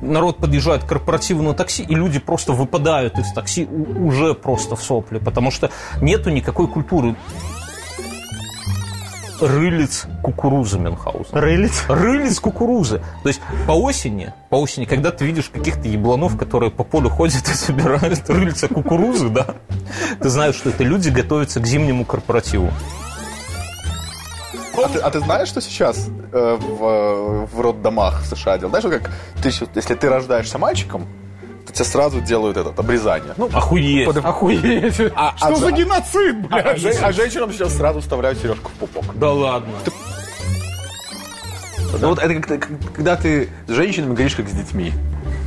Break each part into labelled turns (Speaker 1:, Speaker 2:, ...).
Speaker 1: народ подъезжает к корпоративному такси, и люди просто выпадают из такси уже просто в сопли, потому что нету никакой культуры. Рылец кукурузы Мюнхгаузен.
Speaker 2: Рылец?
Speaker 1: Рылец кукурузы. То есть по осени, по осени, когда ты видишь каких-то ебланов, которые по полю ходят и собирают рыльца кукурузы, да, ты знаешь, что это люди готовятся к зимнему корпоративу.
Speaker 3: А ты, а ты знаешь, что сейчас э, в, в роддомах в США делают? Знаешь, вот как ты, щас- если ты рождаешься мальчиком, то тебе сразу делают этот обрезание.
Speaker 1: Ну, охуеть.
Speaker 2: Охуеть.
Speaker 3: А-
Speaker 2: Что
Speaker 3: а-
Speaker 2: за геноцид,
Speaker 3: а,
Speaker 2: блядь?
Speaker 3: жен- а женщинам сейчас сразу вставляют сережку в пупок.
Speaker 1: Да ладно.
Speaker 4: Ну, вот это как-то, как- когда ты с женщинами говоришь, как с детьми.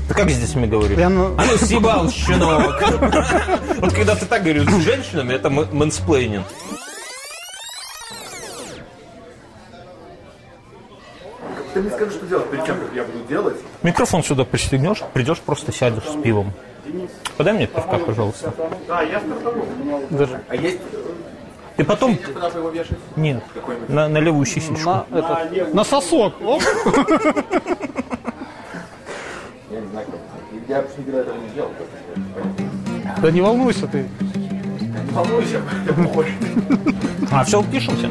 Speaker 1: Ты как с детьми говоришь?
Speaker 2: Я, ну-
Speaker 1: А ну съебал, щенок. Вот когда ты так говоришь с женщинами, это м- мэнсплейнинг.
Speaker 3: Ты мне скажи, что делать перед тем, как я буду делать.
Speaker 1: Микрофон сюда пристегнешь, придешь, просто сядешь с пивом. Подай мне пивка, пожалуйста.
Speaker 3: А есть
Speaker 1: Ты потом...
Speaker 3: куда его вешать?
Speaker 1: Нет, на, на левую сисечку.
Speaker 2: На, этот, на сосок. Оп.
Speaker 3: Я не знаю, как. Я вообще никогда этого не делал.
Speaker 2: Да не волнуйся ты.
Speaker 3: Не волнуйся, я похож.
Speaker 1: А, все, пишемся.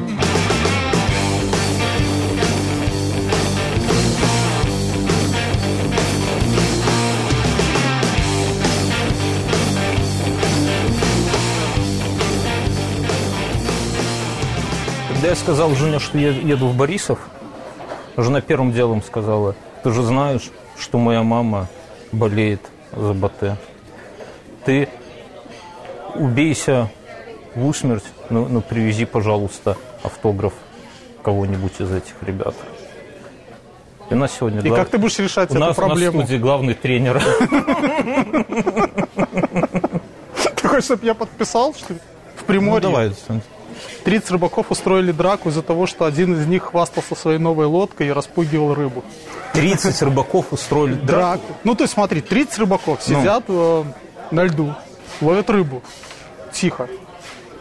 Speaker 1: Когда я сказал жене, что я еду в Борисов, жена первым делом сказала, ты же знаешь, что моя мама болеет за БТ. Ты убейся в усмерть, но, но привези, пожалуйста, автограф кого-нибудь из этих ребят. И у нас сегодня...
Speaker 2: И
Speaker 1: глав-
Speaker 2: как ты будешь решать
Speaker 1: у
Speaker 2: эту
Speaker 1: нас
Speaker 2: проблему?
Speaker 1: на студии главный тренер.
Speaker 2: Ты хочешь, чтобы я подписал, что ли? В
Speaker 1: Ну,
Speaker 2: Приморье 30 рыбаков устроили драку из-за того, что один из них хвастался своей новой лодкой и распугивал рыбу.
Speaker 1: 30 рыбаков устроили драку.
Speaker 2: Ну, то есть, смотри, 30 рыбаков
Speaker 1: Ну.
Speaker 2: сидят э, на льду, ловят рыбу. Тихо.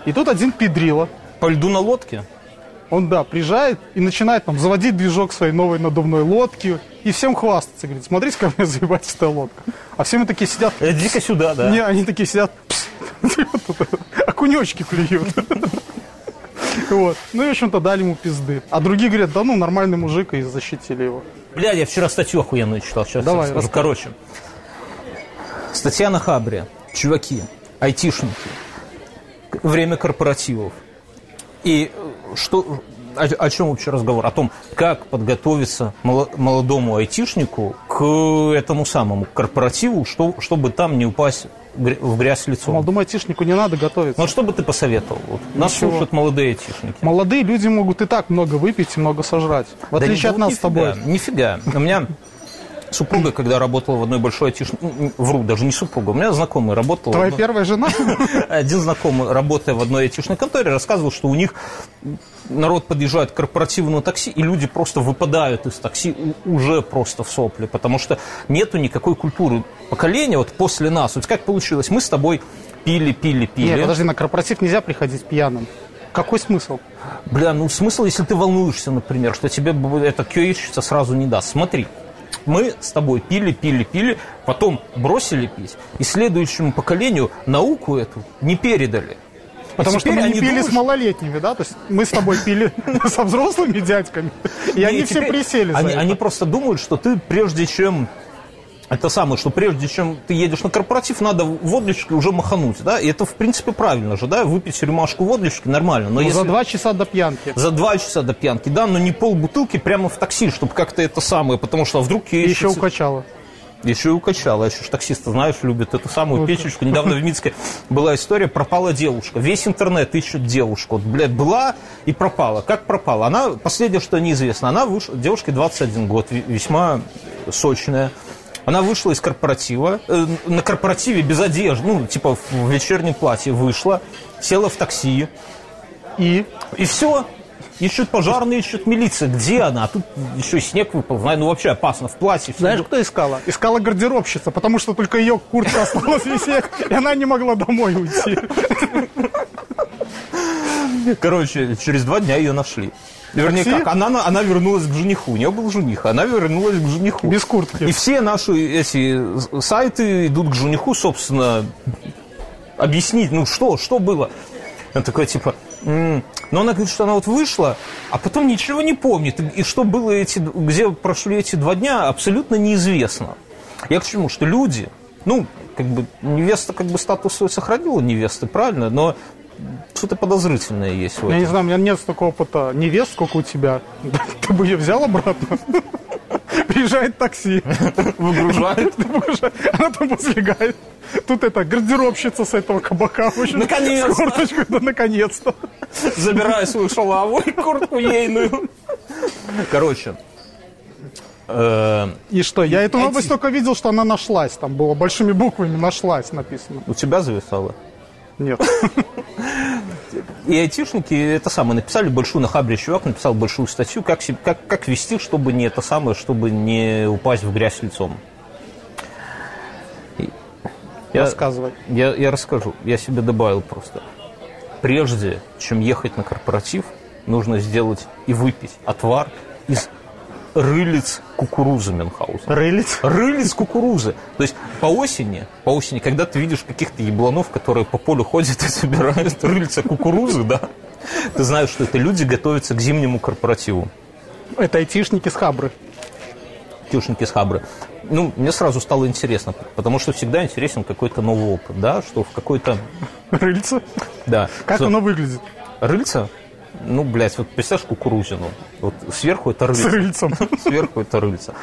Speaker 2: И тут один педрила.
Speaker 1: По льду на лодке?
Speaker 2: Он, да, приезжает и начинает там заводить движок своей новой надувной лодки и всем хвастаться. Говорит, смотрите, ко мне заебательная лодка. А все мы такие сидят,
Speaker 1: Э, Иди-ка сюда, да.
Speaker 2: не, они такие сидят, пс, вот тут, окунечки клюют. Вот. Ну и, в общем-то, дали ему пизды. А другие говорят, да ну, нормальный мужик, и защитили его.
Speaker 1: Бля, я вчера статью охуенную читал. Сейчас
Speaker 2: Давай,
Speaker 1: расскажу.
Speaker 2: рассказывай.
Speaker 1: Короче, статья на Хабре. Чуваки, айтишники. К- Время корпоративов. И э, что, о, о чем вообще разговор? О том, как подготовиться мало- молодому айтишнику к этому самому корпоративу, что, чтобы там не упасть гря- в грязь лицом.
Speaker 2: Молодому айтишнику не надо готовиться.
Speaker 1: Ну, что бы ты посоветовал? Вот Нас
Speaker 2: Ничего.
Speaker 1: слушают молодые айтишники.
Speaker 2: Молодые люди могут и так много выпить и много сожрать. В
Speaker 1: Да
Speaker 2: отличие
Speaker 1: ни-
Speaker 2: от нас с
Speaker 1: нифига,
Speaker 2: тобой.
Speaker 1: Нифига. У меня супруга, когда работала в одной большой айтишной... ну, м, Вру, даже не супруга. У меня знакомый работал... в
Speaker 2: Твоя
Speaker 1: одной-
Speaker 2: первая жена?
Speaker 1: Один знакомый, работая в одной айтишной конторе, рассказывал, что у них народ подъезжает к корпоративному такси, и люди просто выпадают из такси у- уже просто в сопли, потому что нету никакой культуры поколения вот после нас. Вот как получилось? Мы с тобой пили, пили, пили.
Speaker 2: Нет, подожди, на корпоратив нельзя приходить пьяным. Какой смысл?
Speaker 1: Бля, ну смысл, если ты волнуешься, например, что тебе б- эта кёичица сразу не даст. Смотри, мы с тобой пили, пили, пили, потом бросили пить, и следующему поколению науку эту не передали. И
Speaker 2: Потому что
Speaker 1: теперь
Speaker 2: мы не
Speaker 1: они
Speaker 2: пили
Speaker 1: думают,
Speaker 2: с малолетними, да? То есть мы с тобой пили со взрослыми дядьками. И
Speaker 1: Не,
Speaker 2: они все
Speaker 1: теперь
Speaker 2: присели за
Speaker 1: они,
Speaker 2: это.
Speaker 1: они просто думают, что ты прежде чем... Это самое, что прежде чем ты едешь на корпоратив, надо водочки уже махануть, да? И это, в принципе, правильно же, да? Выпить рюмашку водочки нормально. Но
Speaker 2: Ну,
Speaker 1: если...
Speaker 2: За два часа до пьянки.
Speaker 1: За два часа до пьянки, да, но не пол бутылки прямо в такси, чтобы как-то это самое, потому что а вдруг
Speaker 2: И еще
Speaker 1: яичница-
Speaker 2: укачало.
Speaker 1: Еще и укачала. Еще ж таксисты, знаешь, любят эту самую печечку. Недавно в Минске была история, пропала девушка. Весь интернет ищет девушку. Вот, блядь, была и пропала. Как пропала? Она, последнее, что неизвестно, она вышла, девушке 21 год, ве- весьма сочная. Она вышла из корпоратива, э, на корпоративе без одежды, ну, типа в вечернем платье вышла, села в такси,
Speaker 2: И
Speaker 1: и все. Ищут пожарные, ищут милиция. Где она? А тут еще и снег выпал. Знаю, ну вообще опасно в платье. всё.
Speaker 2: знаешь, кто искала? Искала гардеробщица, потому что только ее куртка осталась висеть, и она не могла домой уйти.
Speaker 1: Короче, через два дня ее нашли. Вернее,
Speaker 2: Такси?
Speaker 1: как? Она, на- она вернулась к жениху. У нее был жених. Она вернулась к жениху.
Speaker 2: Без куртки.
Speaker 1: И все наши эти сайты идут к жениху, собственно, объяснить, ну что, что было. Она такая, типа, «М». но она говорит, что она вот вышла, а потом ничего не помнит. И- И что было эти, где прошли эти два дня, абсолютно неизвестно. Я к чему? Что люди, ну, как бы, невеста как бы статус свой сохранила невесты, правильно, но что-то подозрительное есть в
Speaker 2: Я не
Speaker 1: этом.
Speaker 2: знаю, у меня нет столько опыта невест, сколько у тебя. Ты бы ее взял обратно? Приезжает такси.
Speaker 1: Выгружают.
Speaker 2: Ты погружаешь, Она там возлегает. Тут это, гардеробщица с этого кабака. в общем,
Speaker 1: Наконец-то.
Speaker 2: С курточкой, да, наконец-то.
Speaker 1: забираю свою шаловую куртку ейную. Короче. э,
Speaker 2: И что, я эту
Speaker 1: Эти-
Speaker 2: новость только видел, что она нашлась. Там было большими буквами «нашлась» написано.
Speaker 1: У тебя зависало?
Speaker 2: Нет.
Speaker 1: И айтишники это самое написали большую на Хабре чувак написал большую статью, как, се- как, как вести, чтобы не это самое, чтобы не упасть в грязь лицом. И- Я,
Speaker 2: Рассказывай.
Speaker 1: я, я расскажу, я себе добавил просто. Прежде чем ехать на корпоратив, нужно сделать и выпить отвар из рылиц кукурузы Мюнхгаузена.
Speaker 2: Рылиц.
Speaker 1: Рыли с кукурузы. То есть по осени, по осени, когда ты видишь каких-то ебланов, которые по полю ходят и собирают рыльца кукурузы, да, ты знаешь, что это люди готовятся к зимнему корпоративу.
Speaker 2: Это айтишники с Хабры.
Speaker 1: Тюшники с Хабры. Ну, мне сразу стало интересно, потому что всегда интересен какой-то новый опыт, да, что в какой-то...
Speaker 2: Рыльца.
Speaker 1: Да.
Speaker 2: Как
Speaker 1: что-
Speaker 2: оно выглядит?
Speaker 1: Рыльца? Ну, блядь, вот представляешь кукурузину. Вот сверху это
Speaker 2: С
Speaker 1: рыльца.
Speaker 2: рыльцем.
Speaker 1: сверху это рыльца.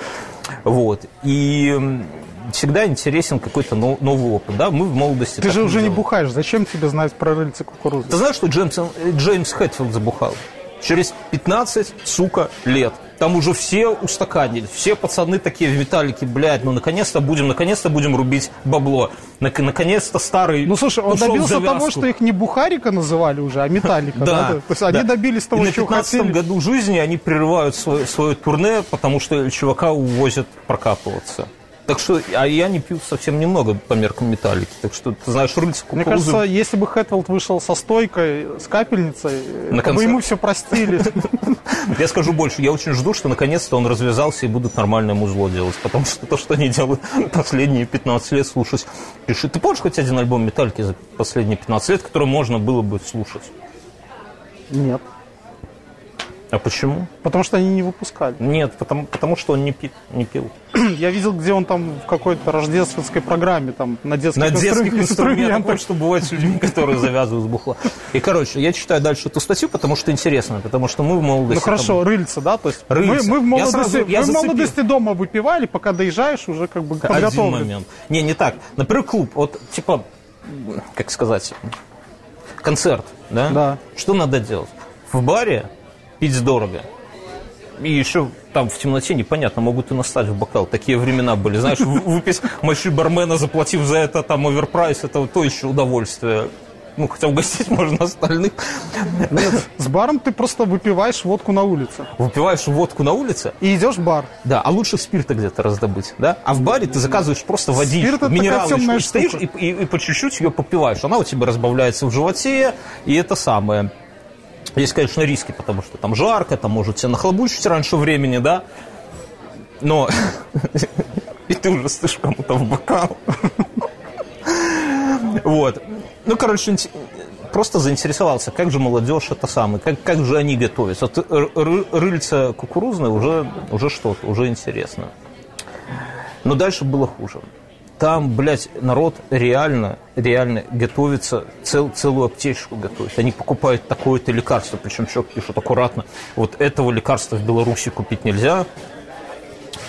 Speaker 1: Вот. И м, всегда интересен какой-то но- новый опыт. Да, мы в молодости.
Speaker 2: Ты
Speaker 1: так
Speaker 2: же уже не
Speaker 1: делали.
Speaker 2: бухаешь. Зачем тебе знать про рыльца кукурузы?
Speaker 1: Ты знаешь, что Джеймс, э, Джеймс Хэтфилд забухал? Через 15, сука, лет. Там уже все устаканили, все пацаны такие в металлике, блядь, ну наконец-то будем, наконец-то будем рубить бабло. Нак- наконец-то старый
Speaker 2: Ну слушай, он
Speaker 1: ушел в
Speaker 2: добился того,
Speaker 1: завязку.
Speaker 2: что их не бухарика называли уже, а металлика. да? То есть они
Speaker 1: да.
Speaker 2: добились
Speaker 1: И
Speaker 2: того,
Speaker 1: на
Speaker 2: чего
Speaker 1: 15
Speaker 2: хотели.
Speaker 1: году жизни они прерывают свое, свое турне, потому что чувака увозят прокапываться. Так что, а я не пью совсем немного по меркам металлики. Так что, ты знаешь, рыльца
Speaker 2: Мне
Speaker 1: кукурузы-
Speaker 2: кажется, если бы Хэтфилд вышел со стойкой, с капельницей,
Speaker 1: На
Speaker 2: то бы
Speaker 1: концерт.
Speaker 2: ему все простили.
Speaker 1: Я скажу больше, я очень жду, что наконец-то он развязался и будут нормальное музло делать, потому что то, что они делают последние 15 лет, слушать. пиши. Ты помнишь хоть один альбом Металлики за последние 15 лет, который можно было бы слушать?
Speaker 2: Нет.
Speaker 1: А почему?
Speaker 2: Потому что они не выпускали.
Speaker 1: Нет, потому, потому что он не, пи- не пил.
Speaker 2: Я видел, где он там в какой-то рождественской программе, там, на детских,
Speaker 1: На детских
Speaker 2: инстру-
Speaker 1: инструментах,
Speaker 2: инструментах.
Speaker 1: вот что бывает с людьми, которые завязывают с бухла. И, короче, я читаю дальше эту статью, потому что интересно, потому что мы в молодости...
Speaker 2: Ну хорошо, рыльца, да? То есть мы-
Speaker 1: Рыльца.
Speaker 2: Мы, в
Speaker 1: Я
Speaker 2: молодости,
Speaker 1: сразу- я
Speaker 2: мы в
Speaker 1: зацепил.
Speaker 2: молодости дома выпивали, пока доезжаешь, уже как бы
Speaker 1: там Один
Speaker 2: подготовлен.
Speaker 1: момент. Не, не так. Например, клуб, вот, типа, как сказать, концерт, да?
Speaker 2: Да.
Speaker 1: Что надо делать? В баре пить дорого. И еще там в темноте непонятно, могут и настать в бокал. Такие времена были. Знаешь, вы- выпить мощи бармена, заплатив за это там оверпрайс, это то еще удовольствие. Ну, хотя угостить можно остальных.
Speaker 2: С баром ты просто выпиваешь водку на улице.
Speaker 1: Выпиваешь водку на улице,
Speaker 2: И идешь в бар.
Speaker 1: Да, а лучше спирта где-то раздобыть, да? А в баре ты заказываешь просто
Speaker 2: Спирт это
Speaker 1: водичку,
Speaker 2: такая
Speaker 1: минералочку,
Speaker 2: темная
Speaker 1: и стоишь
Speaker 2: штука.
Speaker 1: и, и- и по чуть-чуть ее попиваешь. Она у тебя разбавляется в животе, и это самое. Есть, конечно, риски, потому что там жарко, там может тебя нахлобучить раньше времени, да? Но... И ты уже стышь кому-то в бокал. Вот. Ну, короче, инте- просто заинтересовался, как же молодежь это самое, как, как же они готовятся. Вот ры- ры- рыльца кукурузное уже, уже что-то, уже интересно. Но дальше было хуже. Там, блядь, народ реально, реально готовится, цел- целую аптечку готовит. Они покупают такое-то лекарство, причем человек пишет аккуратно, вот этого лекарства в Беларуси купить нельзя,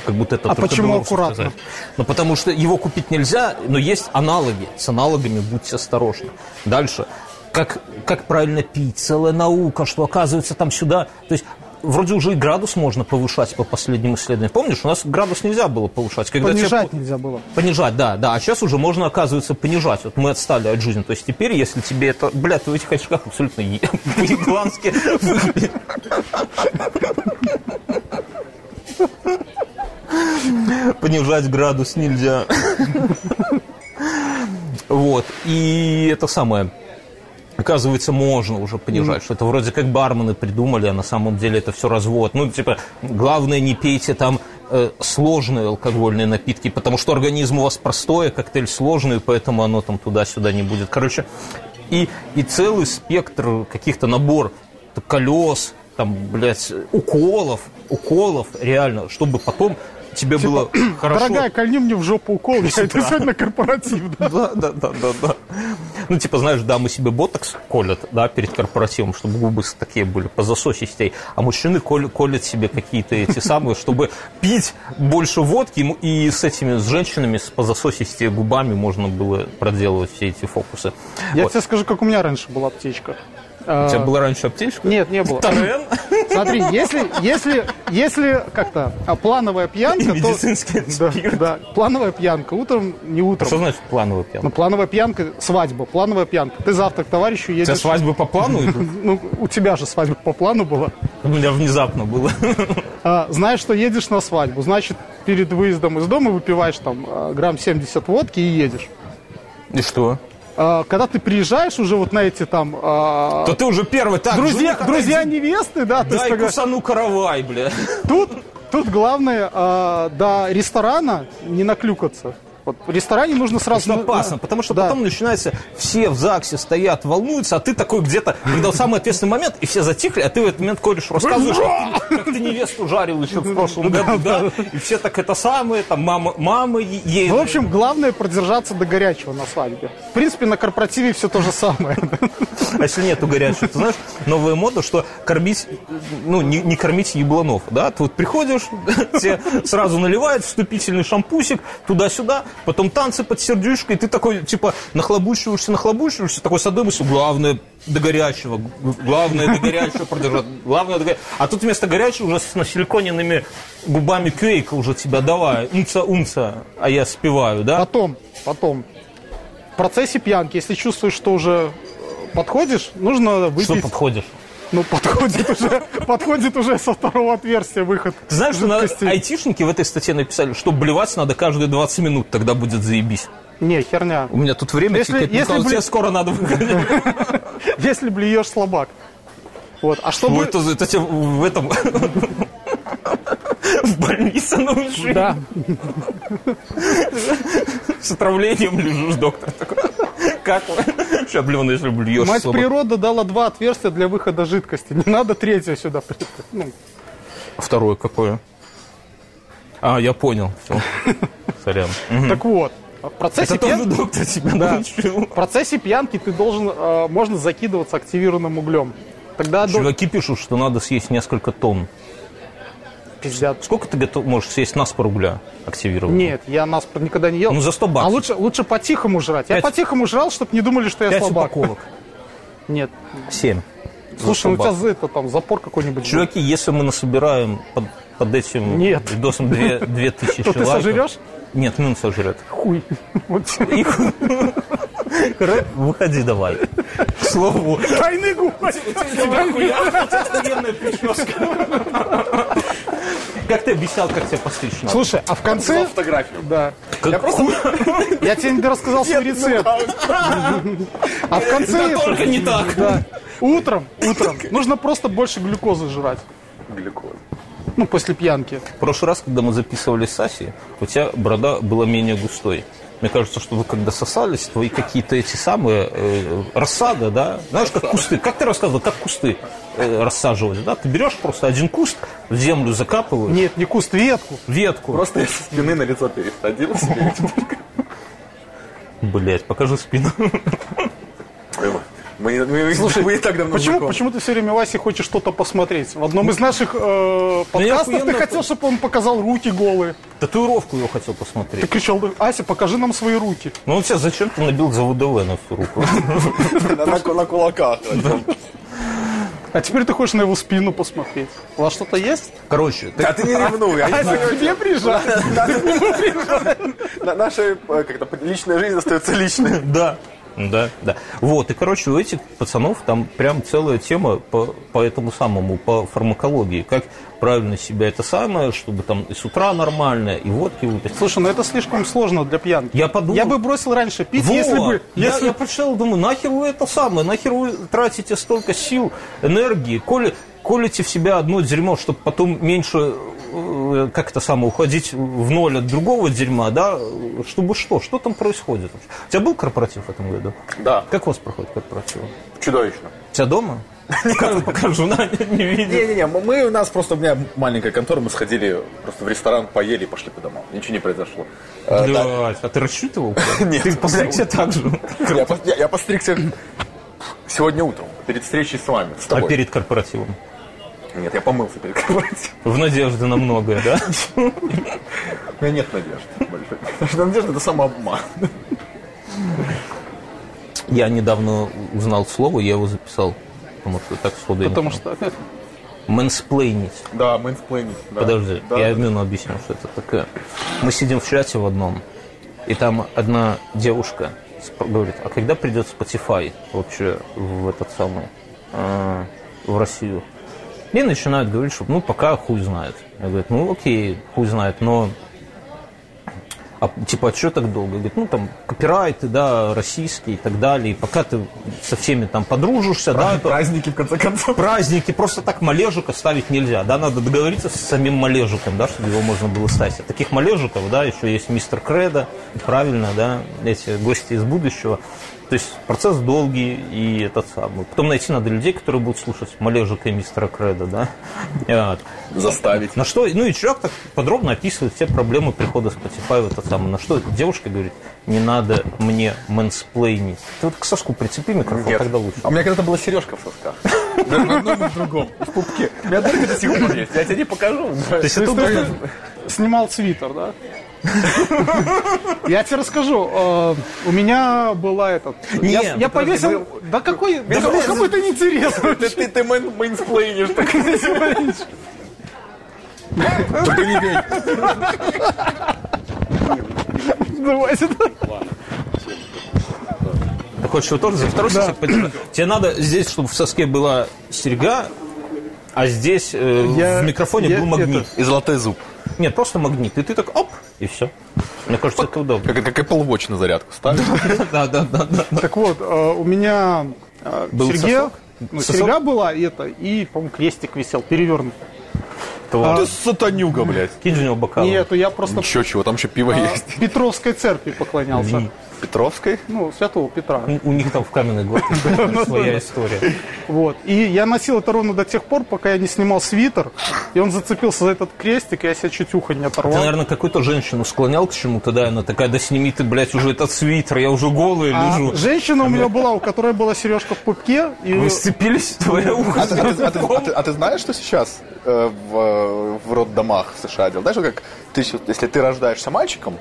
Speaker 1: как будто это
Speaker 2: А
Speaker 1: только
Speaker 2: почему
Speaker 1: белорусы
Speaker 2: аккуратно?
Speaker 1: сказали. Ну, потому что его купить нельзя, но есть аналоги. С аналогами будьте осторожны. Дальше. Как, как правильно пить, целая наука, что оказывается там сюда. То есть вроде уже и градус можно повышать по последним исследованиям. Помнишь, у нас градус нельзя было повышать. Когда тебе
Speaker 2: Понижать нельзя было.
Speaker 1: Понижать, да, да. А сейчас уже можно, оказывается, понижать. Вот мы отстали от жизни. То есть теперь, если тебе это... Бля, ты в этих очках абсолютно е- по-еблански выглядишь. Понижать градус нельзя. Вот. И это самое. Оказывается, можно уже понижать, что это вроде как бармены придумали, а на самом деле это все развод. Ну, типа, главное, не пейте там э, сложные алкогольные напитки, потому что организм у вас простой, а коктейль сложный, поэтому оно там туда-сюда не будет. Короче, и, и целый спектр каких-то набор колес, там, блядь, уколов, уколов, реально, чтобы потом тебе было хорошо.
Speaker 2: Дорогая, кольни мне в жопу укол, я это сегодня корпоратив, да?
Speaker 1: Да, да, да, да, да. Ну, типа, знаешь, да, мы себе ботокс колят, да, перед корпоративом, чтобы губы такие были, позасосистей. А мужчины кол- колят себе какие-то эти самые, чтобы пить больше водки, и с этими, с женщинами, с позасосистей губами можно было проделывать все эти фокусы.
Speaker 2: Я
Speaker 1: Вот.
Speaker 2: тебе скажу, как у меня раньше была аптечка. А,
Speaker 1: У тебя была раньше аптечка?
Speaker 2: Нет, не было.
Speaker 1: Торен
Speaker 2: Смотри, если, если, если как-то а плановая
Speaker 1: и
Speaker 2: пьянка, то...
Speaker 1: медицинский
Speaker 2: Да,
Speaker 1: спирт.
Speaker 2: да, плановая пьянка. Утром, не утром.
Speaker 1: Что значит плановый
Speaker 2: Ну,
Speaker 1: пьян?
Speaker 2: плановая пьянка, свадьба, плановая пьянка. Ты завтра к товарищу
Speaker 1: У тебя
Speaker 2: едешь.
Speaker 1: свадьбы по плану идут?
Speaker 2: Ну, у тебя же свадьба по плану была.
Speaker 1: У меня внезапно было.
Speaker 2: А, знаешь, что едешь на свадьбу. Значит, перед выездом из дома выпиваешь там а, грамм 70 водки и едешь.
Speaker 1: И что?
Speaker 2: А, когда ты приезжаешь уже вот на эти там... а,
Speaker 1: То ты уже первый. Так,
Speaker 2: друзья,
Speaker 1: ну-ка,
Speaker 2: друзья
Speaker 1: отойди.
Speaker 2: невесты, да, то есть
Speaker 1: Дай
Speaker 2: тогда-
Speaker 1: кусану каравай, бля.
Speaker 2: Тут, тут главное а, до ресторана не наклюкаться. Вот в ресторане нужно сразу...
Speaker 1: Что опасно, потому что
Speaker 2: Да.
Speaker 1: потом начинается, все в ЗАГСе стоят, волнуются, а ты такой где-то, когда самый ответственный момент, и все затихли, а ты в этот момент корешу рассказываешь, как ты, как ты невесту жарил еще в прошлом году, да, и все так это самое, там мама, мама е- ей.
Speaker 2: Ну, в общем, главное продержаться до горячего на свадьбе. В принципе, на корпоративе все то же самое.
Speaker 1: А если нету горячего, ты знаешь, новая мода, что кормить, ну, не, не кормить ебланов, да? Ты вот приходишь, тебе сразу наливают вступительный шампусик туда-сюда, потом танцы под сердюшкой, ты такой, типа, нахлобучиваешься, нахлобучиваешься, такой с одной мыслью, главное до горячего, г- главное до горячего продержать, главное до горячего. А тут вместо горячего уже с насиликоненными губами квейка уже тебя давай, умца-умца, а я спеваю, да?
Speaker 2: Потом, потом. В процессе пьянки, если чувствуешь, что уже э, подходишь, нужно
Speaker 1: Что
Speaker 2: выпить.
Speaker 1: подходишь?
Speaker 2: Ну, подходит уже, подходит уже со второго отверстия выход.
Speaker 1: Ты знаешь, что на-
Speaker 2: жидкости.
Speaker 1: айтишники в этой статье написали, что блевать надо каждые 20 минут, тогда будет заебись.
Speaker 2: Не, херня.
Speaker 1: У меня тут время
Speaker 2: Если-
Speaker 1: тикает,
Speaker 2: если
Speaker 1: Николай,
Speaker 2: бле-
Speaker 1: тебе скоро надо выходить.
Speaker 2: Если блюешь слабак. Вот. А
Speaker 1: Ну,
Speaker 2: чтобы...
Speaker 1: это, это тебе в этом... В больнице на уши.
Speaker 2: Да.
Speaker 1: С отравлением лежишь, доктор такой. Как вы? Сейчас, блин, если блюешь
Speaker 2: Мать
Speaker 1: слабо.
Speaker 2: природа дала два отверстия для выхода жидкости. Не надо третье сюда. при- Ну,
Speaker 1: Второе какое? А, я понял. Всё. Сорян. Мгм.
Speaker 2: Так вот, А в процессе,
Speaker 1: Это
Speaker 2: пьян-
Speaker 1: тоже доктор тебя
Speaker 2: Да.
Speaker 1: научил.
Speaker 2: в процессе пьянки ты должен, э, можно закидываться активированным углем. Тогда до-
Speaker 1: Чуваки пишут, что надо съесть несколько тонн.
Speaker 2: пиздят.
Speaker 1: Сколько ты готов, можешь съесть на 100 рубля активировать?
Speaker 2: Нет, я нас никогда не ел.
Speaker 1: Ну, за 100
Speaker 2: А
Speaker 1: баксов.
Speaker 2: лучше, лучше по-тихому жрать. Я
Speaker 1: Пять-
Speaker 2: по-тихому жрал, чтобы не думали, что я
Speaker 1: 5
Speaker 2: слабак.
Speaker 1: упаковок.
Speaker 2: Нет.
Speaker 1: 7.
Speaker 2: Слушай, ну у тебя за это там запор какой-нибудь. был.
Speaker 1: Чуваки, если мы насобираем под, под этим
Speaker 2: Нет.
Speaker 1: видосом 2000
Speaker 2: То ты
Speaker 1: человек...
Speaker 2: сожрёшь?
Speaker 1: Нет, ну он сожрет.
Speaker 2: Хуй. Вот тебе
Speaker 1: И ху- Короче, Выходи давай. К слову.
Speaker 2: Тайный губ.
Speaker 1: Как ты объяснял, как тебя постричь надо?
Speaker 2: Слушай, а в конце...
Speaker 3: фотографию.
Speaker 2: Да.
Speaker 1: Как-
Speaker 3: Я просто...
Speaker 2: Я тебе не рассказал свой
Speaker 1: ну,
Speaker 2: рецепт. А в конце...
Speaker 1: Да только не так.
Speaker 2: Да. Утром, утром. Нужно просто больше глюкозы жрать.
Speaker 3: Глюкоза.
Speaker 2: Ну, после пьянки.
Speaker 1: В прошлый раз, когда мы записывали с Асей, у тебя борода была менее густой. Мне кажется, что вы когда сосались, твои какие-то эти самые э, рассады, да? Знаешь, как кусты. Как ты рассказывал, как кусты э, рассаживать, да? Ты берешь просто один куст, в землю закапываешь,
Speaker 2: Нет, не куст, ветку.
Speaker 1: ветку.
Speaker 3: Просто я со спины на лицо пересадил себе.
Speaker 1: Блять, покажи спину.
Speaker 3: Мы не- мы- мы и так давно
Speaker 2: Почему,
Speaker 3: знакомы.
Speaker 2: почему ты все время, Вася, хочешь что-то посмотреть? В одном из наших э, подкастов ты
Speaker 1: Ну, охуенно-
Speaker 2: хотел, чтобы он показал руки голые.
Speaker 1: Татуировку его хотел
Speaker 2: Ты
Speaker 1: посмотреть.
Speaker 2: кричал, Ася, покажи нам свои руки.
Speaker 1: Ну он тебя зачем-то набил за ВДВ на всю руку.
Speaker 3: На- на- На кулаках.
Speaker 2: А теперь ты хочешь на его спину посмотреть. У вас что-то есть?
Speaker 1: Короче, ты-
Speaker 3: А ты не ревнуй. а я
Speaker 2: Ася,
Speaker 3: знаю.
Speaker 2: к тебе приезжай.
Speaker 3: На- Наша э, как-то, личная жизнь остается личной.
Speaker 1: да. Да, да. Вот, и, короче, у этих пацанов там прям целая тема по, по этому самому, по фармакологии. Как правильно себя это самое, чтобы там и с утра нормально, и водки выпить.
Speaker 2: Слушай, ну это слишком сложно для пьянки.
Speaker 1: Я подумал-
Speaker 2: Я бы бросил раньше пить,
Speaker 1: Во!
Speaker 2: если бы...
Speaker 1: Я,
Speaker 2: если-
Speaker 1: я пришел, думаю, нахер вы это самое, нахер вы тратите столько сил, энергии, коли, колите в себя одно дерьмо, чтобы потом меньше, э, как это самое, уходить в ноль от другого дерьма, да, чтобы что, что там происходит? вообще? У тебя был корпоратив в этом году?
Speaker 3: Да.
Speaker 1: Как у вас проходит корпоратив?
Speaker 3: Чудовищно.
Speaker 1: У тебя дома? Пока жена не видит.
Speaker 3: Не-не-не, мы- мы, у нас просто, у меня маленькая контора, мы сходили просто в ресторан, поели и пошли по домам. Ничего не произошло. Э, да.
Speaker 1: Блядь, а ты рассчитывал?
Speaker 3: Нет.
Speaker 1: Ты постригся так же.
Speaker 3: Я, пос- я- я постригся сегодня утром, перед встречей с вами, с
Speaker 1: А
Speaker 3: тобой.
Speaker 1: перед корпоративом?
Speaker 3: Нет, я помылся перед корпоративом.
Speaker 1: В надежде на многое, да?
Speaker 3: У меня нет надежды большой. Потому что надежда – это самообман.
Speaker 1: Я недавно узнал слово, я его записал, потому что так сходу я не
Speaker 2: Потому
Speaker 1: помню.
Speaker 2: что...
Speaker 1: Мэнсплейнить.
Speaker 3: Да, мейнсплейнинг.
Speaker 1: Подожди,
Speaker 3: Да,
Speaker 1: я Армину объясню, что это такое. Мы сидим в чате в одном, и там одна девушка спр- говорит, а когда придет Spotify вообще в этот самый, э, в Россию? И начинают говорить, что ну пока хуй знает. Я говорю, ну окей, хуй знает, но а, типа, а что так долго? Говорит, ну, там, копирайты, да, российские и так далее. И пока ты со всеми там подружишься, да, то-
Speaker 3: Праздники, в конце концов.
Speaker 1: праздники, просто так малежика ставить нельзя, да, надо договориться с самим малежиком, да, чтобы его можно было ставить. А таких малежиков, да, еще есть мистер Кредо, правильно, да, эти гости из будущего. То есть процесс долгий и этот самый. Потом найти надо людей, которые будут слушать малежика и мистера Кредо, да. Вот.
Speaker 3: Заставить.
Speaker 1: На что, ну и чувак так подробно описывает все проблемы прихода Spotify в это самое. На что девушка говорит, не надо мне мэнсплейнить. Ты вот к Сашку прицепи микрофон,
Speaker 3: Нет.
Speaker 1: тогда лучше.
Speaker 3: А у меня когда-то была сережка в сосках. Даже в одном и в другом. В пупке. У меня дырка до сих пор есть. Я тебе не покажу.
Speaker 2: То есть ты снимал свитер, да? Я тебе расскажу. э, У меня была этот...
Speaker 1: Не,
Speaker 2: я- Я
Speaker 1: подожди,
Speaker 2: повесил... Да какой... Да
Speaker 3: блин,
Speaker 2: кому это интересно?
Speaker 3: Ты, ты, ты мейн- мейнсплейнишь так Только не бей.
Speaker 2: Давай сюда.
Speaker 1: Ты хочешь его тоже за второй сосок подержать? Тебе надо здесь, чтобы в соске была серьга, а здесь э,
Speaker 2: Я-
Speaker 1: в микрофоне
Speaker 2: я
Speaker 1: был магнит.
Speaker 3: И золотой зуб.
Speaker 1: Нет, просто магнит. И ты так оп, и все. Мне кажется, это удобно.
Speaker 3: Как, как Apple Watch на зарядку ставишь.
Speaker 1: Да, да, да, да.
Speaker 2: Так вот, э, у меня э,
Speaker 1: Был
Speaker 2: серьга...
Speaker 1: сосок?
Speaker 2: ну,
Speaker 1: Сосок?
Speaker 2: серьга была, и это, и, по-моему, крестик висел, перевернут.
Speaker 3: Ты сатанюга, блядь.
Speaker 1: Кинь в него бокал.
Speaker 2: Нет, я просто
Speaker 3: Еще чего, там еще пиво
Speaker 2: э,
Speaker 3: есть.
Speaker 2: Петровской церкви поклонялся.
Speaker 3: Петровской?
Speaker 2: Ну, святого Петра.
Speaker 1: У у них там в каменный год своя история.
Speaker 2: Вот. И я носил это ровно до тех пор, пока я не снимал свитер, и он зацепился за этот крестик, и я себе чуть ухо не
Speaker 1: Ты,
Speaker 2: оторвал.
Speaker 1: наверное, какую-то женщину склонял к чему-то, да, и она такая, да сними ты, блядь, уже этот свитер, я уже голый
Speaker 2: А
Speaker 1: лежу.
Speaker 2: женщина у меня была, у которой была сережка в пупке, и
Speaker 1: Вы сцепились, твое ухо.
Speaker 3: А ты, а ты- а ты- а ты-
Speaker 1: с-
Speaker 3: а ты знаешь, что сейчас э, в, э, в роддомах в США делают? Знаешь, вот как ты, щас- если ты рождаешься мальчиком,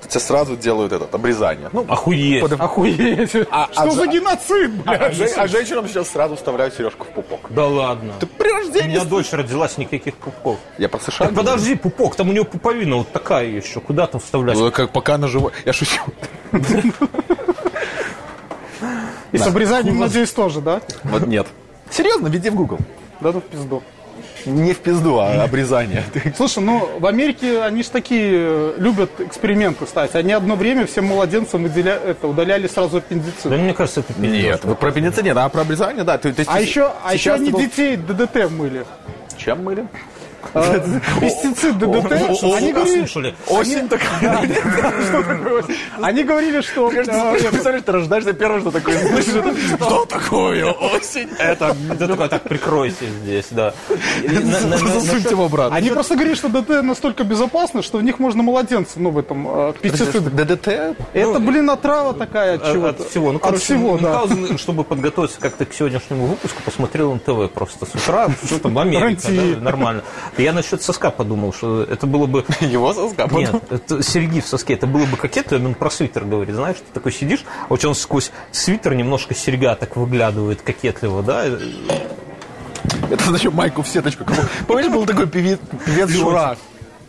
Speaker 3: то тебе сразу делают это обрезание. Ну,
Speaker 1: Охуеть.
Speaker 2: охуеть.
Speaker 3: А-
Speaker 2: Что
Speaker 3: а
Speaker 2: за
Speaker 3: за-
Speaker 2: геноцид,
Speaker 3: а,
Speaker 2: блядь?
Speaker 3: же- а женщинам сейчас сразу вставляют сережку в пупок.
Speaker 1: Да ладно.
Speaker 3: При
Speaker 1: У
Speaker 3: рождении.
Speaker 1: меня дочь родилась никаких пупков.
Speaker 3: Я про США.
Speaker 1: Так подожди, пупок, там у него пуповина вот такая еще, куда там вставлять?
Speaker 3: Ну, как пока она жива. Я шучу.
Speaker 2: И с обрезанием, надеюсь, тоже, да?
Speaker 3: Вот нет. Серьезно, веди в Google.
Speaker 2: Да ну в пизду.
Speaker 3: Не в пизду, а обрезание.
Speaker 2: Слушай, ну в Америке они же такие э, любят эксперименты ставить. Они одно время всем младенцам уделя- это, удаляли сразу аппендицит.
Speaker 1: Да мне кажется, это пиздец.
Speaker 3: Нет, вот про аппендицит нет, а про обрезание, да. то- то есть
Speaker 2: А
Speaker 3: ты-
Speaker 2: еще, а еще
Speaker 3: сейчас
Speaker 2: они
Speaker 3: ты был-
Speaker 2: детей ДДТ мыли.
Speaker 3: Чем мыли?
Speaker 2: А, Пестицид
Speaker 1: О,
Speaker 2: ДДТ. Они
Speaker 1: сука,
Speaker 2: говорили,
Speaker 1: слушали.
Speaker 3: Осень такая.
Speaker 2: они говорили, что... э,
Speaker 3: Представляешь, ты рождаешься, первое, что такое слышишь. Что такое осень? Это
Speaker 1: Ты такой, так, прикройся здесь, да. И на- на- на- на-
Speaker 3: Засуньте его обратно.
Speaker 2: Они просто говорили, что ДДТ настолько безопасно, что в них можно младенца, ну, в этом, э, пестицид.
Speaker 3: ДДТ?
Speaker 2: Это, блин, отрава такая от чего-то.
Speaker 1: От всего. Ну,
Speaker 2: от
Speaker 1: короче,
Speaker 2: всего, да.
Speaker 1: Мюнхгаузен, чтобы подготовиться как-то к сегодняшнему выпуску, посмотрел НТВ просто с утра, что там, Америка,
Speaker 2: Карантин.
Speaker 1: да, нормально. Я насчет соска подумал, что это было бы
Speaker 3: Его соска.
Speaker 1: Нет, это серьги в соске, это было бы кокетно, он про свитер говорит, знаешь, ты такой сидишь, а у тебя он сквозь свитер немножко серьга так выглядывает кокетливо, да? э,
Speaker 3: Это значит майку в сеточку. Помнишь, был такой певец, певец Жура?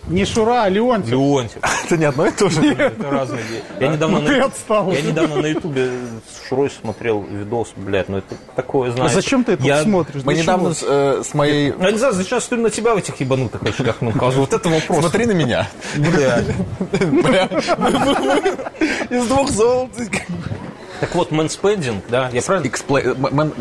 Speaker 2: Не Шура, а Леонтьев.
Speaker 1: Леонтьев.
Speaker 4: Это не одно и то же.
Speaker 1: Это разные вещи. Я недавно
Speaker 2: Ну, ты отстал
Speaker 1: на я
Speaker 2: уже.
Speaker 1: недавно на Ютубе с Шурой смотрел видос, блядь, ну это такое,
Speaker 2: А
Speaker 1: знаешь.
Speaker 2: зачем ты это
Speaker 1: Я-
Speaker 2: смотришь?
Speaker 3: Мы
Speaker 2: Для
Speaker 3: недавно
Speaker 2: чего?
Speaker 3: с, э, с моей...
Speaker 1: Ну, я не знаю, зачем я смотрю на тебя в этих ебанутых очках, ну, Каз, вот это вопрос.
Speaker 3: Смотри на меня.
Speaker 1: Блядь.
Speaker 3: Из двух зол.
Speaker 1: Так вот, мэнспендинг, да, я правильно?
Speaker 3: Эксплей- м- мен-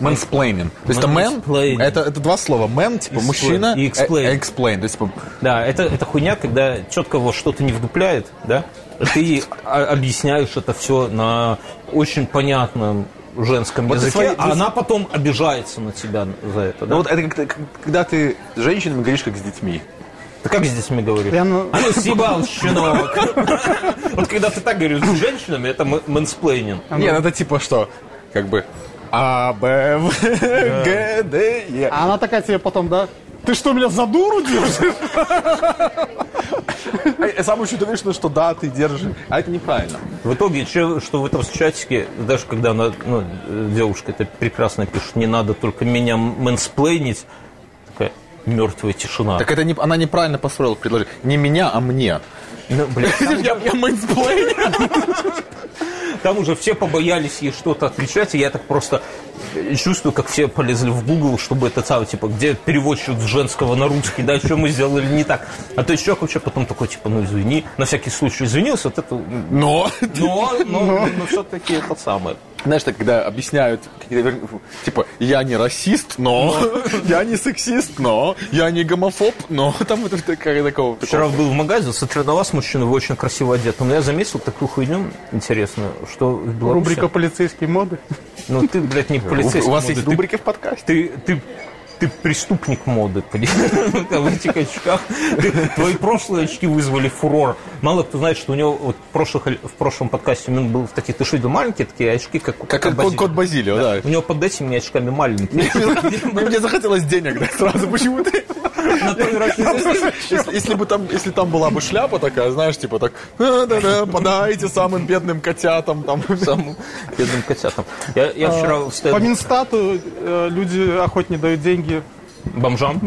Speaker 3: Mansplaining. То есть это
Speaker 1: Mansplaining.
Speaker 3: man, это, это два слова. Man, типа
Speaker 1: Explain.
Speaker 3: мужчина,
Speaker 1: И
Speaker 3: э,
Speaker 1: explain.
Speaker 3: э, explain. То есть, типа,
Speaker 1: Да, это, это хуйня, когда четко вот что-то не вдупляет, да, ты а- объясняешь это все на очень понятном женском
Speaker 4: Вот ты
Speaker 1: языке,
Speaker 4: свои-
Speaker 1: а
Speaker 4: ты-
Speaker 1: она потом обижается на тебя за это, да?
Speaker 4: Ну вот это как-то, как- когда ты с женщинами говоришь как с детьми.
Speaker 1: Ты как с детьми говоришь?
Speaker 2: Я на-
Speaker 1: А ну съебал, щенок. Вот когда ты так говоришь с женщинами, это м- мэнсплейнинг.
Speaker 3: Нет, это типа что? Как бы А, Б, В, Г, Д, Е.
Speaker 2: А она такая тебе потом, да? Ты что, меня за дуру держишь?
Speaker 3: А я Сам еще думаешь, что да, ты держишь.
Speaker 4: А это неправильно.
Speaker 1: В итоге, чё- что в этом чатике, даже когда она, ну, э, девушка это прекрасно пишет, не надо только меня мэнсплейнить, такая мертвая тишина.
Speaker 3: Так это не, она неправильно построила предложение. Не меня, а мне.
Speaker 1: Ну, блядь, там-
Speaker 3: Я, я мейнсплейнер.
Speaker 1: Там уже все побоялись ей что-то отвечать, и я так просто чувствую, как все полезли в Google, чтобы это самое, типа, где переводчик с женского на русский, да, что мы сделали не так. А то есть человек вообще потом такой, типа, ну извини, на всякий случай извинился, вот это... м,
Speaker 3: Но.
Speaker 1: Но, но, но все-таки это самое.
Speaker 3: Знаешь, так, когда объясняют, какие-то, вер- типа, я не расист, но, я не сексист, но, я не гомофоб, но, там это такая, такого,
Speaker 1: Вчера
Speaker 3: такого.
Speaker 1: был в магазине, смотрю на вас, мужчина, вы очень красиво одеты. Но я заметил такую хуйню интересную, что в Беларуси-
Speaker 2: Рубрика «Полицейские моды».
Speaker 1: Ну ты, блядь, не полицейский.
Speaker 3: У, у вас
Speaker 1: моды,
Speaker 3: есть
Speaker 1: ты
Speaker 3: рубрики в подкасте?
Speaker 1: Ты, ты, ты преступник моды, понимаешь? В этих очках. Ты- Твои прошлые очки вызвали фурор. Мало кто знает, что у него вот в, прошлых, в прошлом подкасте он был в таких, ты что, видел, маленькие такие очки, как, у
Speaker 3: Как
Speaker 1: кота
Speaker 3: кот
Speaker 1: Базилио?
Speaker 3: Базилио, да.
Speaker 1: У него под этими очками маленькие.
Speaker 3: Мне мне захотелось денег, да, сразу почему-то.
Speaker 1: На той раз-
Speaker 3: Если если бы там, если там была бы шляпа такая, знаешь, типа так, «А, да-да, подайте самым бедным котятам, там,
Speaker 1: Самым бедным котятам. Я, я вчера
Speaker 2: По
Speaker 1: стоял
Speaker 2: Минстату э, люди охотнее дают деньги,
Speaker 1: бомжам.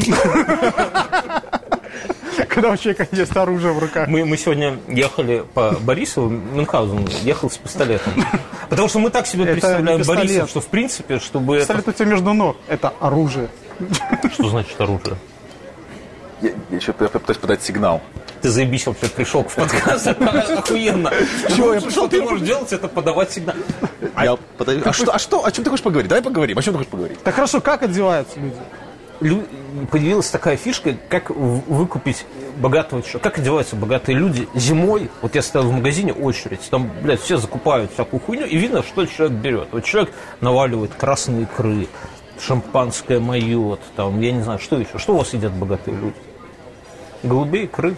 Speaker 2: когда у человека есть оружие в руках.
Speaker 1: Мы, мы сегодня ехали по Борисову, Мюнхгаузен ехал с пистолетом. Потому что мы так себе
Speaker 2: Это не
Speaker 1: представляем
Speaker 2: пистолет.
Speaker 1: Борисов, что в принципе, чтобы это...
Speaker 2: Пистолет у тебя между ног. Это оружие.
Speaker 1: Что значит оружие?
Speaker 3: Я, еще пытаюсь подать сигнал.
Speaker 1: Ты заебись вообще пришел в подкаст. Охуенно. Чего? Я пришел, ты можешь делать это, подавать сигнал.
Speaker 3: А, я подаю- а что, а что, о чем ты хочешь поговорить? Давай поговорим, о чем ты хочешь поговорить?
Speaker 2: Так хорошо, как одеваются люди?
Speaker 1: Лю- Появилась такая фишка, как в- выкупить богатого человека. Как одеваются богатые люди зимой. Вот я стоял в магазине, очередь. Там, блядь, все закупают всякую хуйню, и видно, что человек берет. Вот человек наваливает красные икры, шампанское майот, там, я не знаю, что еще. Что у вас едят богатые люди? Голубые икры.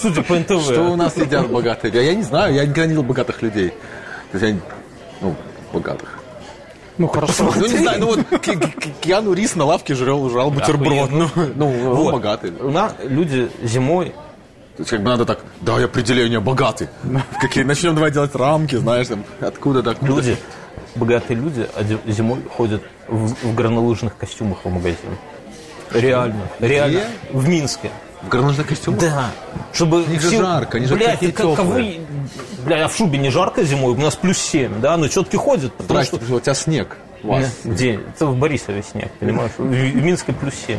Speaker 1: Судя по НТВ.
Speaker 3: Что у нас едят богатые? Я, я не знаю, я никогда не видел богатых людей. То есть я, не- ну, богатых.
Speaker 2: Ну хорошо.
Speaker 3: Ну, не знаю, ну вот Ки- Ки- Киану Рис на лавке жрел, жрал бутерброд. Ну, ну, он
Speaker 1: Вот.
Speaker 3: богатый. То
Speaker 1: У нас люди зимой
Speaker 3: есть как бы надо так, да, я определение богатый. Какие, начнем давай делать рамки, знаешь, там, откуда так.
Speaker 1: Люди, богатые люди оде- зимой ходят в, в горнолыжных костюмах в магазин. Реально, реально. В Минске.
Speaker 3: В горнолыжных костюмах?
Speaker 1: Да. Чтобы
Speaker 3: них же жарко, они же
Speaker 1: Блядь,
Speaker 3: какие-то
Speaker 1: как- кого-
Speaker 3: тёплые.
Speaker 1: Блядь, а в шубе не жарко зимой? У нас плюс 7, да? Но все-таки ходят. потому
Speaker 3: Здрасте, Ну, у тебя снег. У
Speaker 1: что...
Speaker 3: вас.
Speaker 1: Где? Это в Борисове снег, понимаешь? В, в Минске плюс 7.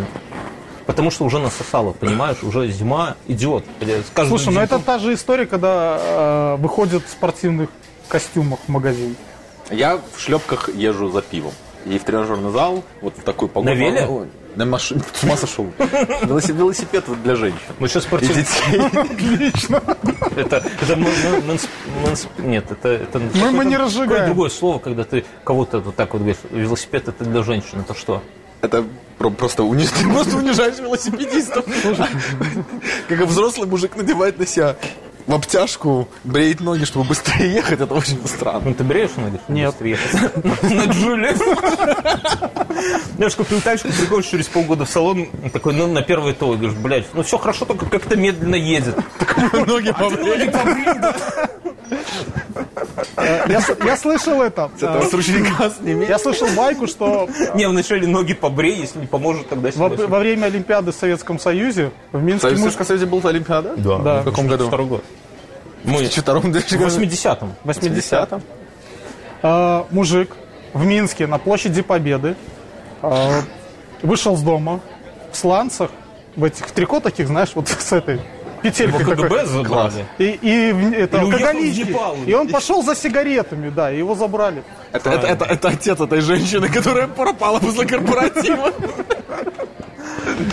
Speaker 1: Потому что уже насосало, понимаешь? Уже зима идет. блядь. Каждый
Speaker 2: Слушай, ну
Speaker 1: день
Speaker 2: это та же история, когда э, выходят в спортивных костюмах в магазин.
Speaker 4: Я в шлепках езжу за пивом. И в тренажерный зал, вот в такую погоду.
Speaker 1: На веле?
Speaker 4: Ой,
Speaker 3: На машине. С ума сошел.
Speaker 4: велосипед- Велосипед вот для женщин.
Speaker 1: Мы сейчас
Speaker 4: И
Speaker 1: спортивные.
Speaker 4: детей.
Speaker 1: Это, это мон- мон- мон- монс- нет, это, это
Speaker 2: мы не
Speaker 1: какое-то
Speaker 2: разжигаем.
Speaker 1: другое слово, когда ты кого-то вот так вот говоришь, велосипед это для женщин, это что?
Speaker 3: Это про- просто униж- ты просто унижаешь велосипедистов. Как и взрослый мужик надевает на себя в обтяжку, бреет ноги, чтобы быстрее ехать, это очень странно.
Speaker 1: Ну ты бреешь ноги? чтобы
Speaker 2: Нет.
Speaker 1: быстрее ехать? На Джуле. Знаешь, купил тачку, приходишь через полгода в салон, и такой, ну, на первый то, говоришь, блядь, ну
Speaker 3: А
Speaker 1: все хорошо, только как-то медленно едет.
Speaker 3: Ноги побреет.
Speaker 1: Ноги побрил, да.
Speaker 2: Э, Я, с- я слышал это. Э,
Speaker 3: С ручника сними.
Speaker 2: Я слышал байку, что
Speaker 1: Не, вначале ноги побрей, если не поможет, тогда
Speaker 2: во,
Speaker 1: снимай.
Speaker 2: во время Олимпиады в Советском Союзе в Минске
Speaker 3: В
Speaker 2: мужчины...
Speaker 3: Советском Союзе была Олимпиада?
Speaker 1: Да.
Speaker 2: Да.
Speaker 3: В каком году?
Speaker 1: Второй год.
Speaker 3: Мы. В втором
Speaker 1: В 80-м.
Speaker 3: 80-м.
Speaker 2: А, мужик в Минске на площади Победы а, вышел с дома в сланцах, в этих в трико таких, знаешь, вот с этой
Speaker 1: Его
Speaker 2: петелькой такой.
Speaker 1: КГБ
Speaker 3: Класс.
Speaker 1: забрали.
Speaker 2: И, и в- это,
Speaker 1: Или уехал в
Speaker 2: кагалички.
Speaker 1: Непал.
Speaker 2: И он пошел за сигаретами, да, и его забрали.
Speaker 3: Это, это, это, это отец этой женщины, которая пропала после корпоратива.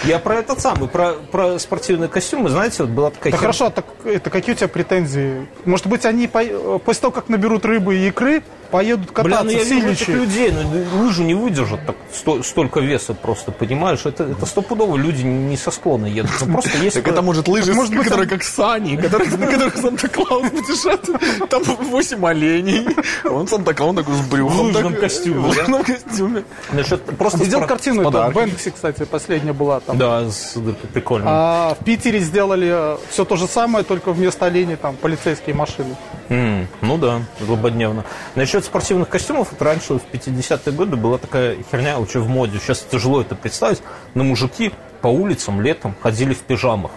Speaker 1: Я про этот самый, про, про спортивные костюмы, знаете, вот была такая
Speaker 2: Да
Speaker 1: херня.
Speaker 2: хорошо, а так это какие у тебя претензии? Может быть, они по- э, после того, как наберут рыбы и икры, поедут
Speaker 1: Бля,
Speaker 2: кататься
Speaker 1: ну
Speaker 2: в
Speaker 1: я вижу этих
Speaker 2: Сильничи?
Speaker 1: людей, ну лыжу не выдержат так, сто- столько веса просто, понимаешь? Это, это стопудово люди не со склона едут. Ну просто есть...
Speaker 3: Так это может лыжи,
Speaker 2: Может быть,
Speaker 3: которые как сани, которые- на которых Санта-Клаус путешествует. Там 8 оленей. Он Санта-Клаус такой с брюхом.
Speaker 1: В лыжном
Speaker 3: так- э,
Speaker 1: костюме,
Speaker 3: В лыжном костюме.
Speaker 1: Значит, просто
Speaker 2: Видел
Speaker 1: спорт-
Speaker 2: картину? Это в
Speaker 3: подарком.
Speaker 2: Бэнксе, кстати, последняя была там.
Speaker 1: Да, с- да, прикольно.
Speaker 2: А в Питере сделали все то же самое, только вместо оленей там полицейские машины.
Speaker 1: М, ну да, злободневно. Насчет спортивных костюмов, вот раньше в 50-е годы была такая херня вообще в моде. Сейчас тяжело это представить, но мужики по улицам летом ходили в пижамах.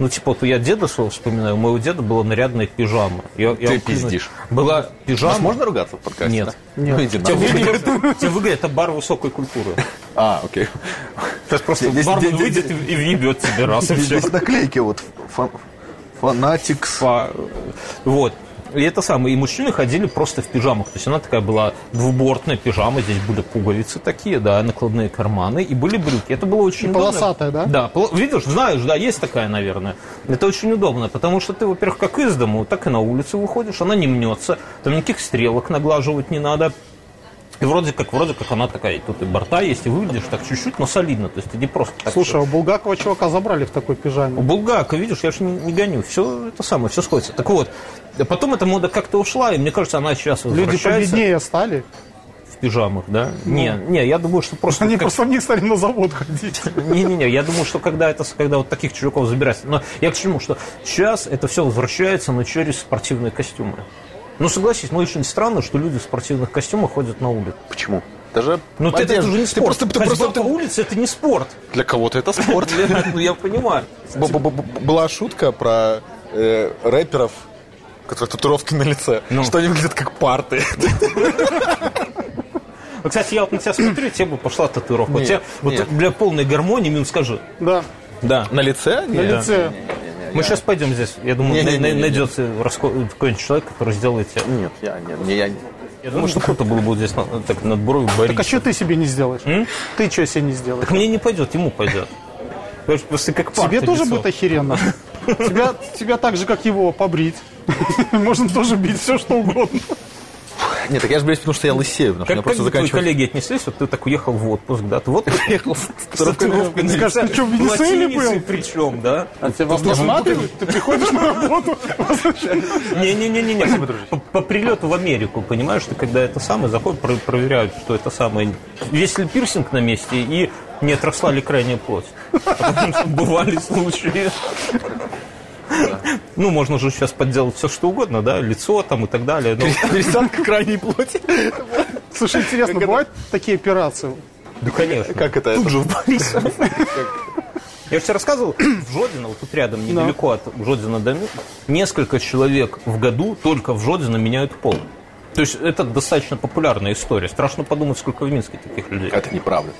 Speaker 1: Ну, типа, вот я деда своего вспоминаю, у моего деда была нарядная пижама. Я- я
Speaker 4: Ты
Speaker 1: вам клянусь,
Speaker 4: пиздишь.
Speaker 1: Была
Speaker 4: У
Speaker 3: А
Speaker 4: нас
Speaker 1: пижама.
Speaker 4: можно ругаться в подкасте?
Speaker 1: Нет.
Speaker 4: да?
Speaker 2: Нет.
Speaker 4: Ну, иди
Speaker 1: Тебя
Speaker 4: нахуй.
Speaker 1: выгонят, тебя выгонят, это бар высокой культуры.
Speaker 4: А, окей.
Speaker 1: Сейчас просто
Speaker 3: Здесь-
Speaker 1: бармен
Speaker 3: здесь-
Speaker 1: выйдет и и въебет тебе раз, и все.
Speaker 3: Здесь наклейки вот. фан- Фанатикс.
Speaker 1: Фа- Вот. И это самое. И мужчины ходили просто в пижамах. То есть она такая была двубортная пижама. Здесь были пуговицы такие, да, накладные карманы. И были брюки. Это было очень удобно.
Speaker 2: полосатая, да?
Speaker 1: Да. поло- Видишь, знаешь, да, есть такая, наверное. Это очень удобно, потому что ты, во-первых, как из дому, так и на улицу выходишь. Она не мнется. Там никаких стрелок наглаживать не надо. И вроде как, вроде как она такая, и тут и борта есть, и выглядишь так чуть-чуть, но солидно. То есть ты не просто так
Speaker 2: Слушай, а у Булгакова чувака забрали в такой
Speaker 1: у
Speaker 2: пижаме.
Speaker 1: Булгака, видишь, я же не, не гоню. Все это самое, все сходится. Так вот, а потом эта мода как-то ушла, и мне кажется, она сейчас
Speaker 2: Люди
Speaker 1: возвращается
Speaker 2: победнее стали.
Speaker 1: в пижамах, да? Не, не, я думаю, что просто...
Speaker 2: Они
Speaker 1: как-
Speaker 2: просто в них стали на завод ходить.
Speaker 1: Не-не-не, я думаю, что когда это, когда вот таких чуваков забирать... Но я к чему, что сейчас это все возвращается, но через спортивные костюмы. Ну, согласись, ну, очень странно, что люди в спортивных костюмах ходят на улицу.
Speaker 4: Почему? Даже
Speaker 1: Ну, ты это
Speaker 4: одежда.
Speaker 1: уже не
Speaker 4: Ты
Speaker 1: спорт.
Speaker 4: просто- ты
Speaker 1: Ходьба
Speaker 4: просто-
Speaker 1: по
Speaker 4: ты-
Speaker 1: улице – это не спорт.
Speaker 4: Для кого-то это спорт.
Speaker 1: Ну, я понимаю.
Speaker 3: Б- б- б- Была шутка про э, рэперов, у которых татуировки на лице,
Speaker 1: Ну.
Speaker 3: что они выглядят как парты.
Speaker 1: Вот, Ну, Кстати, я вот на тебя смотрю, и тебе бы пошла татуировка. Вот
Speaker 3: Нет,
Speaker 1: тебе- Вот
Speaker 3: нет.
Speaker 1: для полной гармонии, Мин, скажи.
Speaker 2: Да,
Speaker 1: Да.
Speaker 3: На лице?
Speaker 2: на
Speaker 3: Нет.
Speaker 2: лице.
Speaker 1: Мы сейчас пойдем здесь. Я думаю,
Speaker 3: Не-не-не-не.
Speaker 1: най- най- найдется раско- какой-нибудь человек, который сделает тебе.
Speaker 3: Ну,
Speaker 4: Нет, я нет, не, я не.
Speaker 1: Я думаю, что круто было бы вот здесь на- так над бровью
Speaker 2: Так
Speaker 1: борить.
Speaker 2: а что ты себе не сделаешь?
Speaker 1: М?
Speaker 2: Ты что себе не сделаешь?
Speaker 1: Так мне не пойдет, ему пойдет. Потому что Просто как парта
Speaker 2: Тебе тоже
Speaker 1: лицо.
Speaker 2: будет охеренно. Тебя, тебя так же, как его, побрить. Можно тоже бить все, что угодно.
Speaker 3: Нет, так я же, блядь, потому что я лысею, потому что
Speaker 1: Как,
Speaker 3: я
Speaker 1: как
Speaker 3: просто
Speaker 1: бы твои
Speaker 3: заканчиваю.
Speaker 1: коллеги отнеслись, вот ты так уехал в отпуск, да? Ты вот уехал с татуировкой на
Speaker 2: Скажешь,
Speaker 1: лице,
Speaker 2: ты что, в Венесуэле был?
Speaker 1: латиницей причем, да?
Speaker 3: А
Speaker 2: Ты приходишь на работу,
Speaker 1: Не-не-не-не, по, по прилету в Америку, понимаешь, что когда это самое, заходят, про- проверяют, что это самое, есть ли пирсинг на месте и не отросла ли крайняя плоть. Потому что бывали случаи. Ну, можно же сейчас подделать все, что угодно, да, лицо там и так далее. но-
Speaker 3: Пересадка ну, крайней плоти.
Speaker 2: Слушай, интересно, бывают такие операции?
Speaker 1: Да, конечно.
Speaker 3: Как это?
Speaker 1: Тут же в Борисе. Я же тебе рассказывал, в Жодино, вот тут рядом, недалеко от Жодина до Ми- несколько человек в году только в Жодино меняют пол. То есть это достаточно популярная история. Страшно подумать, сколько в Минске таких людей.
Speaker 4: Это неправда.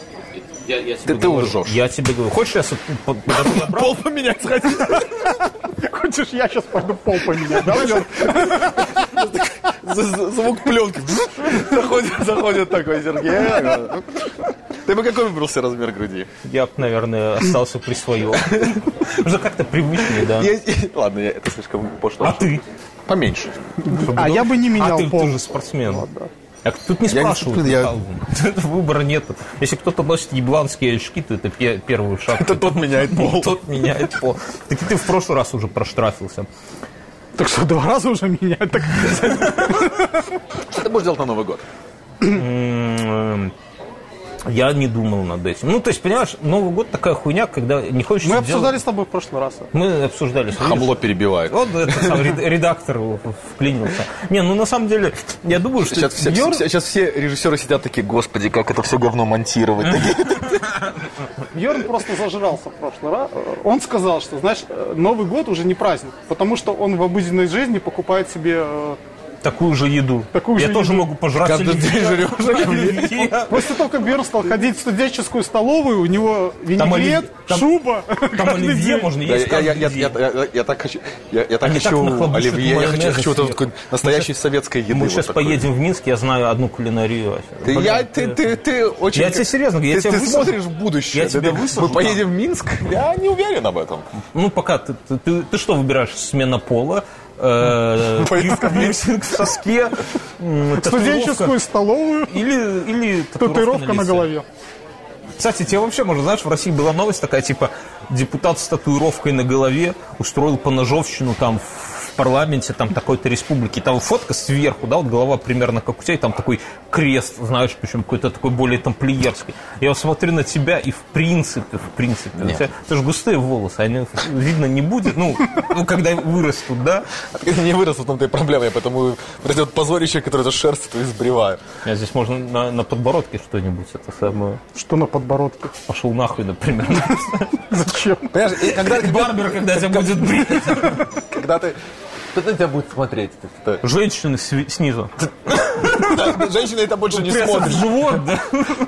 Speaker 4: Ты, ты лжешь.
Speaker 1: Я тебе говорю. Хочешь, я с- по- подорву забрал?
Speaker 3: Пол поменять сходить.
Speaker 2: Хочешь, я сейчас пойду пол поменять? Да, Лёр?
Speaker 3: З- з- Звук пленки. Заходит, заходит такой Сергей. Ты бы какой выбрал себе размер груди?
Speaker 1: Я, б, наверное, остался при своем. Уже как-то привычнее,
Speaker 4: А.
Speaker 1: да.
Speaker 3: Есть-
Speaker 4: Ладно, я, это слишком пошло.
Speaker 1: А ты?
Speaker 4: Поменьше.
Speaker 2: А я бы не
Speaker 1: А
Speaker 2: менял
Speaker 1: ты
Speaker 2: пол.
Speaker 1: тоже спортсмен. А тут не
Speaker 3: Я не
Speaker 1: спрашивают.
Speaker 3: спортсмен, я-
Speaker 1: Михаил. Выбора нет. Если кто-то носит ебланские очки, то это пе- первый шаг.
Speaker 3: Это тот меняет пол.
Speaker 1: Тот меняет пол. Так и ты в прошлый раз уже проштрафился.
Speaker 2: Так что два раза уже меняют. Так
Speaker 4: Что ты будешь делать на Новый год?
Speaker 1: М, Я не думал над этим. Ну, то есть, понимаешь, Новый год такая хуйня, когда не хочешь...
Speaker 2: Мы обсуждали с тобой в прошлый раз. это.
Speaker 1: Мы обсуждали. с
Speaker 4: Хамло перебивает.
Speaker 1: Вот этот сам ред- редактор его вклинился. Не, ну на самом деле, я думаю, что...
Speaker 3: Сейчас все,
Speaker 1: Юр-
Speaker 3: сейчас- сейчас все режиссеры сидят такие, господи, как это все говно монтировать.
Speaker 2: Бьерн просто зажрался в прошлый раз. Он сказал, что, знаешь, э, Новый год уже не праздник, потому что он в обыденной жизни покупает себе э,
Speaker 1: Такую же еду.
Speaker 2: Такую
Speaker 1: я
Speaker 2: же
Speaker 1: тоже могу пожрать
Speaker 3: Каждый
Speaker 1: оливье.
Speaker 3: день жрешь
Speaker 1: Оливье.
Speaker 2: После того, как Бьерн стал ходить в студенческую столовую, у него
Speaker 1: Там
Speaker 2: винегрет,
Speaker 1: оливье- там-
Speaker 2: шуба.
Speaker 1: Там
Speaker 2: каждый
Speaker 1: оливье
Speaker 2: день.
Speaker 1: можно
Speaker 3: Я-
Speaker 1: есть
Speaker 3: Я я-
Speaker 1: каждый
Speaker 3: я-
Speaker 1: день.
Speaker 3: я- я- я так хочу, я- я так
Speaker 1: Они так
Speaker 3: хочу
Speaker 1: нахлобучат
Speaker 3: оливье, я хочу- я
Speaker 1: майонеза
Speaker 3: хочу вот
Speaker 1: сверху.
Speaker 3: такой настоящей советской еды.
Speaker 1: Мы
Speaker 3: вот
Speaker 1: сейчас
Speaker 3: такой.
Speaker 1: поедем в Минск, я знаю одну кулинарию.
Speaker 3: Ты,
Speaker 1: Блин,
Speaker 3: я, ты, ты, ты очень...
Speaker 1: Я тебе серьезно говорю, я
Speaker 3: ты,
Speaker 1: тебя
Speaker 3: ты
Speaker 1: высажу.
Speaker 3: смотришь в будущее.
Speaker 1: Я
Speaker 3: Ты-
Speaker 1: тебя
Speaker 3: ты-
Speaker 1: высажу
Speaker 3: Мы
Speaker 1: там.
Speaker 3: поедем в Минск?
Speaker 4: Я не уверен об этом.
Speaker 1: Ну, пока ты, ты, ты- ты что выбираешь? Смена пола, э,
Speaker 3: Поездка в
Speaker 1: пирсинг в соске, м,
Speaker 2: Студенческую
Speaker 1: татуировка
Speaker 2: столовую,
Speaker 1: или, или татуировка,
Speaker 2: татуировка на
Speaker 1: лице.
Speaker 2: голове.
Speaker 1: Кстати, тебе вообще, можно, знаешь, в России была новость такая, типа, депутат с татуировкой на голове устроил поножовщину там в парламенте, там такой-то республики. Там фотка сверху, да, вот голова примерно как у тебя, и там такой крест, знаешь, причем какой-то такой более тамплиерский. Я вот смотрю на тебя, и в принципе, в принципе, у тебя, это же густые волосы, они видно не будет, ну, ну, когда вырастут, да?
Speaker 3: А Не вырос в том-то и проблема, я поэтому вот это вот позорище, которое за шерсть, то избреваю.
Speaker 1: А здесь можно на, на подбородке что-нибудь, это самое,
Speaker 2: Что на подбородке?
Speaker 1: пошел нахуй, например.
Speaker 2: Зачем?
Speaker 3: Понимаешь, и когда, тебя-
Speaker 1: Барбер, когда тебя будет брить.
Speaker 3: когда ты...
Speaker 4: Кто-то на тебя будет смотреть. Это-
Speaker 1: Женщины сви- снизу.
Speaker 3: да, Женщина это больше не
Speaker 1: Пресса в
Speaker 3: смотрит.
Speaker 1: живот, да?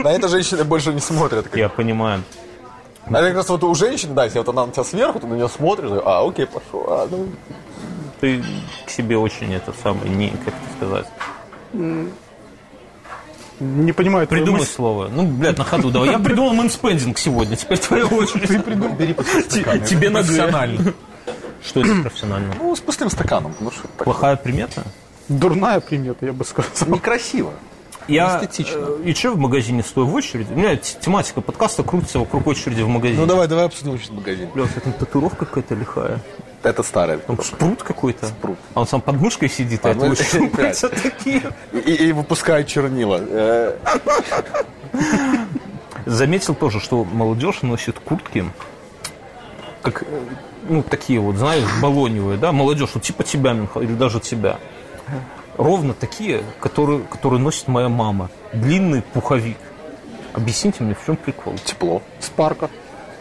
Speaker 3: На это женщины больше не смотрят.
Speaker 1: Я понимаю.
Speaker 3: А это как раз вот у женщин, да, если вот она на тебя сверху, ты на нее смотришь, и, а, окей, пошел. А, ну,
Speaker 1: Ты к себе очень это самый, не, как это сказать,
Speaker 2: Не понимаю твою
Speaker 1: придумай
Speaker 2: мысль.
Speaker 1: слово. Ну, блядь, на ходу давай. Я придумал мэнспендинг сегодня, теперь твоя очередь. Ты придумал.
Speaker 3: бери по
Speaker 1: Тебе на Г. Что это профессионально?
Speaker 3: Ну, с пустым стаканом, ну что это такое?
Speaker 1: Плохая примета?
Speaker 2: Дурная примета, я бы сказал.
Speaker 3: Некрасиво.
Speaker 1: Я,
Speaker 3: Эстетично.
Speaker 1: э, И что в магазине стою в очереди? У меня т- тематика подкаста крутится вокруг очереди в магазине.
Speaker 3: Ну, давай, давай обсудим сейчас магазин. Ну,
Speaker 1: Бля, у тебя там татуировка какая-то лихая.
Speaker 3: Это старое.
Speaker 1: Там спрут какой-то.
Speaker 3: Спрут.
Speaker 1: А он сам под мышкой сидит, а,
Speaker 3: А,
Speaker 1: это
Speaker 3: ну,
Speaker 1: очень
Speaker 3: блядь.
Speaker 1: упрется такие.
Speaker 3: И, и выпускают чернила. Э,
Speaker 1: Заметил тоже, что молодежь носит куртки, как, э, ну, такие вот, знаешь, балоневые, да, молодежь, вот типа тебя, Минха, или даже тебя. Ровно такие, которые, которые носит моя мама. Длинный пуховик. Объясните мне, в чем прикол?
Speaker 3: Тепло.
Speaker 2: Спарка.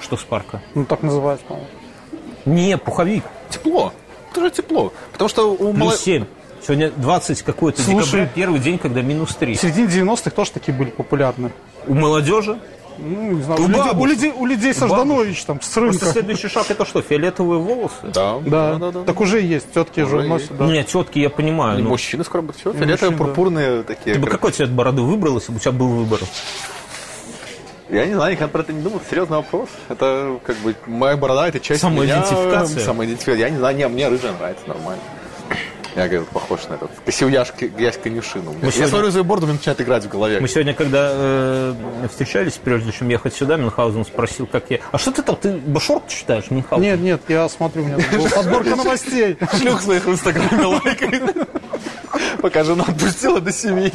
Speaker 1: Что с парка?
Speaker 2: Ну, так называют, по-моему.
Speaker 1: Не, пуховик.
Speaker 3: Тепло. Тоже тепло. Потому что у мало-
Speaker 1: Плюс 7. Сегодня 20 какой-то
Speaker 2: Слушай.
Speaker 1: декабря, первый день, когда минус 3.
Speaker 2: В середине 90-х тоже такие были популярны.
Speaker 1: У молодежи?
Speaker 2: Ну, не знаю,
Speaker 1: У
Speaker 2: у, людей,
Speaker 1: бабушек.
Speaker 2: у людей, у людей Сажданович там с
Speaker 1: Просто
Speaker 2: рынка.
Speaker 1: следующий шаг это что, фиолетовые волосы?
Speaker 3: Да.
Speaker 2: Да, так уже есть, тетки
Speaker 3: Уже
Speaker 2: же
Speaker 3: есть.
Speaker 2: носят. да.
Speaker 1: Не, тетки, я понимаю.
Speaker 3: И
Speaker 1: ну,
Speaker 3: мужчины скоро будут все. Фиолетовые,
Speaker 2: мужчин, да.
Speaker 3: пурпурные такие.
Speaker 1: Ты бы
Speaker 3: как-
Speaker 1: какой цвет бороды выбрал, если бы у тебя был выбор?
Speaker 3: Я не знаю, никогда про это не думал. Это серьезный вопрос. Это как бы моя борода, это часть
Speaker 1: Самоидентификация.
Speaker 3: Меня, самоидентификация. Я не знаю, не, мне рыжая нравится, нормально. Я говорю, похож на этот. Косильяш, грязь конюшину. Я
Speaker 1: сегодня-
Speaker 3: смотрю за борду, у меня начинает играть в голове.
Speaker 1: Мы сегодня, когда э, встречались, прежде чем ехать сюда, Мюнхгаузен спросил, как я... А что ты там? Ты Башорт читаешь, Мюнхгаузен?
Speaker 2: Нет, нет, я смотрю, у меня тут была подборка новостей.
Speaker 3: Шлюх своих в Инстаграме лайкает. Пока жена отпустила до семьи.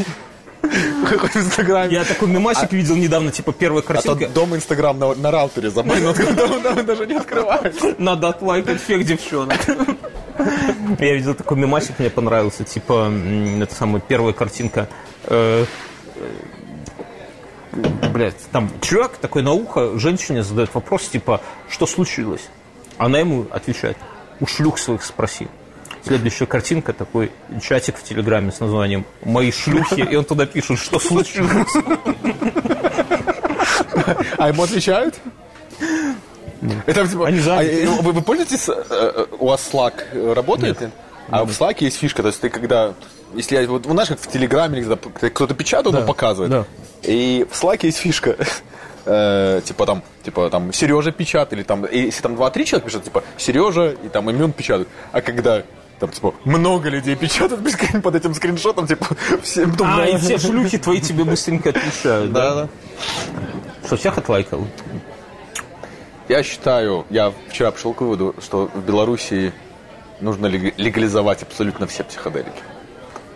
Speaker 3: Какой в Инстаграме.
Speaker 1: Я такой мемасик видел недавно, типа первая
Speaker 3: А то
Speaker 1: картинка.
Speaker 3: дом Инстаграм на, на раутере забанен, он там даже не открывается.
Speaker 1: Надо отлайкать всех девчонок. Я видел такой мемасик, мне понравился. Типа, м, это самая первая картинка. э, э, Блядь, там чувак такой на ухо женщине задает вопрос, типа, что случилось? Она ему отвечает, у шлюх своих спроси. Следующая картинка, такой чатик в Телеграме с названием «Мои шлюхи», и он туда пишет, что случилось.
Speaker 3: А ему отвечают? Это типа,
Speaker 1: Они
Speaker 3: а,
Speaker 1: заняты.
Speaker 3: э, вы, вы пользуетесь, э, э, у вас Slack э, работает? А в Slack есть фишка, то есть ты когда, если я, вот, ну, знаешь, как в Телеграме, или когда п- кто-то печатает, он показывает.
Speaker 1: да.
Speaker 3: И в Slack есть фишка, э, типа там, типа там Сережа печатает, или там, и если там 2-3 человека пишут, типа Сережа и там имен печатают. А когда там, типа, много людей печатают бескон- под этим скриншотом, типа, все, ну,
Speaker 1: А, и все шлюхи твои тебе быстренько отвечают.
Speaker 3: да, да.
Speaker 1: Что, всех отлайкал?
Speaker 3: Я считаю, я вчера пришел к выводу, что в Белоруссии нужно лег- легализовать абсолютно все психоделики.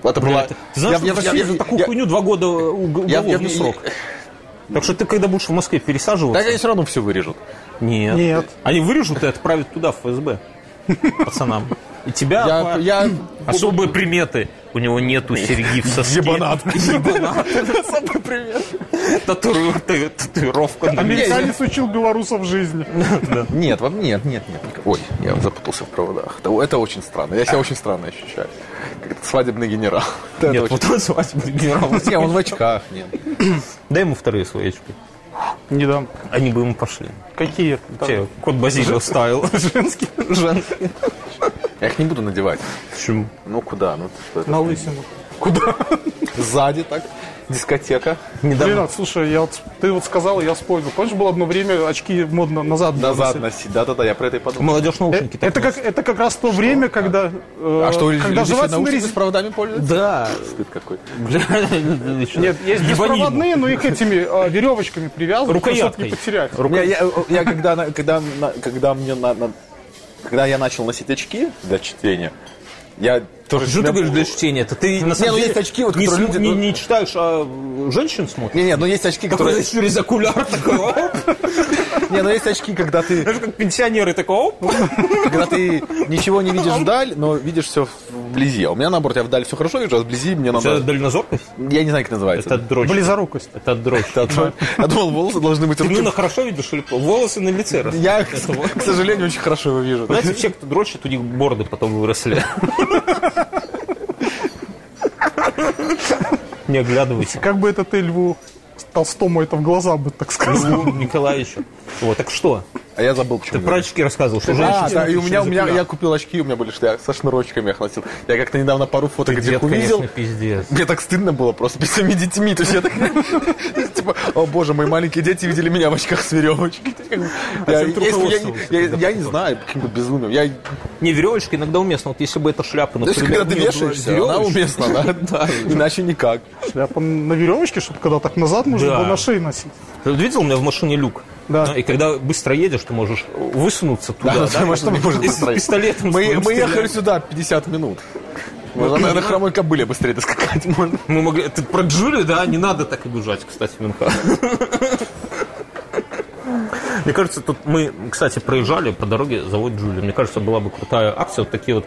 Speaker 3: Это была-
Speaker 1: Ты знаешь,
Speaker 3: я-
Speaker 1: что
Speaker 3: я-
Speaker 1: в России
Speaker 3: я-
Speaker 1: за такую
Speaker 3: я-
Speaker 1: хуйню два года уг-
Speaker 3: я- я-
Speaker 1: уголовный
Speaker 3: я-
Speaker 1: срок. Так что ты, когда будешь в Москве
Speaker 3: Так
Speaker 1: пересаживаться...
Speaker 3: они все равно все вырежут.
Speaker 1: Нет.
Speaker 2: Нет.
Speaker 1: Они вырежут и отправят туда, в ФСБ. Пацанам. И тебя...
Speaker 3: Я,
Speaker 1: по-
Speaker 3: я
Speaker 1: Особые приметы. У него нету серьги в соске.
Speaker 3: Ебанат.
Speaker 1: Ебанат. Особый примет. Татуру- т- Татуировка на месте.
Speaker 2: Американец учил белорусов жизни.
Speaker 3: Нет, вам нет, нет, нет. Ой, я запутался в проводах. Это, это очень странно. Я себя очень странно ощущаю. Как этот свадебный генерал. Это
Speaker 1: Нет,
Speaker 3: очень-
Speaker 1: вот он звать будет генерал.
Speaker 3: Не, он в очках, нет.
Speaker 1: Дай ему вторые свои очки.
Speaker 2: Не дам.
Speaker 1: Они бы ему пошли.
Speaker 2: Какие?
Speaker 1: Те, Кот Базилио ставил.
Speaker 2: Женские?
Speaker 1: Женский.
Speaker 3: Я их не буду надевать.
Speaker 1: Почему?
Speaker 4: Ну куда? Ну ты что это?
Speaker 2: На лысину.
Speaker 3: Сзади так, дискотека.
Speaker 2: Блин,
Speaker 1: Недавно
Speaker 2: а, слушай, я вот, ты вот сказал, я вспомнил. Помнишь, было одно время очки модно назад
Speaker 3: Назад
Speaker 2: носить?
Speaker 3: носить. Да-да-да, я про это и подумал.
Speaker 1: молодежь
Speaker 2: Э,
Speaker 1: наушники. так
Speaker 2: Это как, это как раз то время, когда, э,
Speaker 3: А что,
Speaker 2: когда
Speaker 3: люди
Speaker 2: желательно
Speaker 3: еще наушники
Speaker 2: резин-
Speaker 3: с проводами пользуются?
Speaker 1: Да.
Speaker 4: Стыд какой.
Speaker 1: Бля, еще.
Speaker 2: Нет, есть
Speaker 1: Ебанину.
Speaker 2: беспроводные, но их этими э, веревочками привязывают, чтобы
Speaker 1: Рукояткой.
Speaker 2: не потерять.
Speaker 1: Ну,
Speaker 3: Я, Ну, я- я когда, на- когда, на- когда мне на- на- когда я начал носить очки для чтения, я тоже...
Speaker 1: Что
Speaker 3: себя-
Speaker 1: ты говоришь для чтения? Это ты на самом
Speaker 3: ну,
Speaker 1: деле
Speaker 3: есть очки, вот,
Speaker 1: не,
Speaker 3: которые
Speaker 1: см-
Speaker 3: люди-
Speaker 1: не- не читаешь, а женщин смотришь.
Speaker 3: Не, не, ну есть очки,
Speaker 1: Такой
Speaker 3: которые...
Speaker 1: знаешь, через окуляр такой, оп.
Speaker 3: Не, ну есть очки, когда ты
Speaker 1: Знаешь, как пенсионеры такой, оп.
Speaker 3: Когда ты ничего не видишь вдаль, но видишь все вблизи. А у меня наоборот, я вдаль все хорошо вижу, а вблизи мне
Speaker 1: Это
Speaker 3: надо...
Speaker 1: дальнозоркость?
Speaker 3: Я не знаю, как это называется.
Speaker 1: Это дрочь.
Speaker 2: Близорукость.
Speaker 1: Это дрочь.
Speaker 3: Я думал, волосы должны быть
Speaker 1: Ты
Speaker 3: руки.
Speaker 1: именно хорошо видишь или плохо? Волосы на лице растут.
Speaker 3: Я, к к сожалению, очень хорошо его вижу.
Speaker 1: Знаете, все, кто дрочит, у них борды потом выросли. Не оглядывайся.
Speaker 2: Как бы это ты Льву Толстому это в глаза бы, так сказать.
Speaker 1: Льву Николаевичу. Вот, так что?
Speaker 3: А я забыл, почему.
Speaker 1: Ты про очки рассказывал, что
Speaker 3: а,
Speaker 1: женщины...
Speaker 3: да, и у меня, у меня,
Speaker 1: через
Speaker 3: я купил очки, у меня были, что я со шнурочками их носил. Я как-то недавно пару фоток где
Speaker 1: окуляр. Дед,
Speaker 3: их увидел.
Speaker 1: конечно, пиздец.
Speaker 3: Мне так стыдно было просто перед своими детьми. То есть я так, типа, о боже, мои маленькие дети видели меня в очках с веревочкой. Я,
Speaker 1: всем
Speaker 3: если я не-
Speaker 1: руководствовался
Speaker 3: я- я не знаю, каким-то безумием. Я
Speaker 1: Не, веревочка иногда уместна. Вот если бы эта шляпа,
Speaker 3: То есть,
Speaker 1: например,
Speaker 3: когда ты
Speaker 1: у неё была
Speaker 3: вешаешься, она
Speaker 1: верёвочка,
Speaker 3: уместна, да? Иначе никак.
Speaker 2: Шляпа на веревочке, чтобы когда так назад можно
Speaker 1: Да.
Speaker 2: было на шее носить.
Speaker 1: Ты вот видел, у меня в машине люк.
Speaker 2: Да.
Speaker 1: Ну, И когда быстро едешь, ты можешь высунуться туда. Да,
Speaker 3: потому что мы можем
Speaker 1: И с
Speaker 3: быстрее.
Speaker 1: пистолетом.
Speaker 3: Мы,
Speaker 1: своим
Speaker 3: мы
Speaker 1: стрелять.
Speaker 3: ехали сюда 50 минут. Можно на- на хромой кобыле быстрее доскакать можно.
Speaker 1: Мы могли... Ты про Джули, да? Не надо так и бежать, кстати, в Мюнхен. Мне кажется, тут мы, кстати, проезжали по дороге завод Джули. Мне кажется, была бы крутая акция. Вот такие вот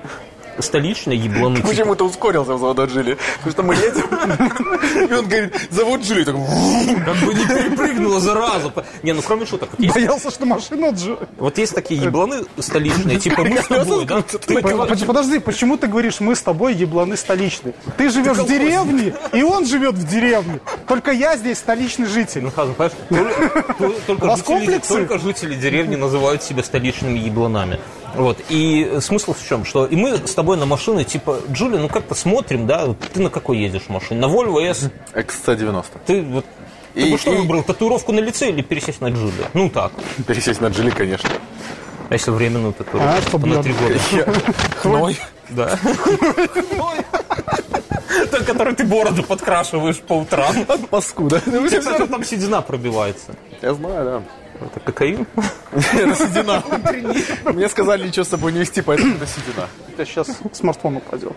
Speaker 1: столичные ебланы. типа,
Speaker 3: Почему-то ускорился в завода Джили. Потому что мы едем, и он говорит, зовут Джили. Так,
Speaker 1: Как бы не перепрыгнула, зараза. Не, ну кроме шуток. вот есть-
Speaker 2: Боялся, что машина отжи-
Speaker 1: Вот есть такие ебланы столичные, типа мы с тобой, да? Типа Ты
Speaker 2: По- по- Подожди, почему ты говоришь, мы с тобой ебланы столичные? Ты живешь в деревне, и он живет в деревне. Только я здесь столичный житель.
Speaker 1: Мюнхгаузен, ну, понимаешь? Тол- тол-
Speaker 2: У
Speaker 1: Только
Speaker 2: вас
Speaker 1: жители,
Speaker 2: комплексы?
Speaker 1: только жители деревни называют себя столичными ебланами. Вот. И э, смысл в чем? Что и мы с тобой на машины, типа, Джули, ну как-то смотрим, да, вот ты на какой едешь машине? На Volvo S?
Speaker 3: XC90.
Speaker 1: Ты вот ты
Speaker 3: И-
Speaker 1: бы что
Speaker 3: и-
Speaker 1: выбрал, татуировку на лице или пересесть на Джули? Ну так.
Speaker 3: Пересесть на Джили, конечно.
Speaker 1: А если временную татуировку?
Speaker 2: А, чтоб
Speaker 1: на
Speaker 2: я-
Speaker 1: три года.
Speaker 3: Хной.
Speaker 1: Да. Та, которой ты бороду подкрашиваешь по утрам.
Speaker 3: Паскуда. Ну, всё-
Speaker 1: Кстати, там седина пробивается.
Speaker 3: Я знаю,
Speaker 1: Это кокаин?
Speaker 3: да. Это седина. Мне сказали ничего с собой не вести, поэтому это седина.
Speaker 2: Я сейчас смартфон упадет.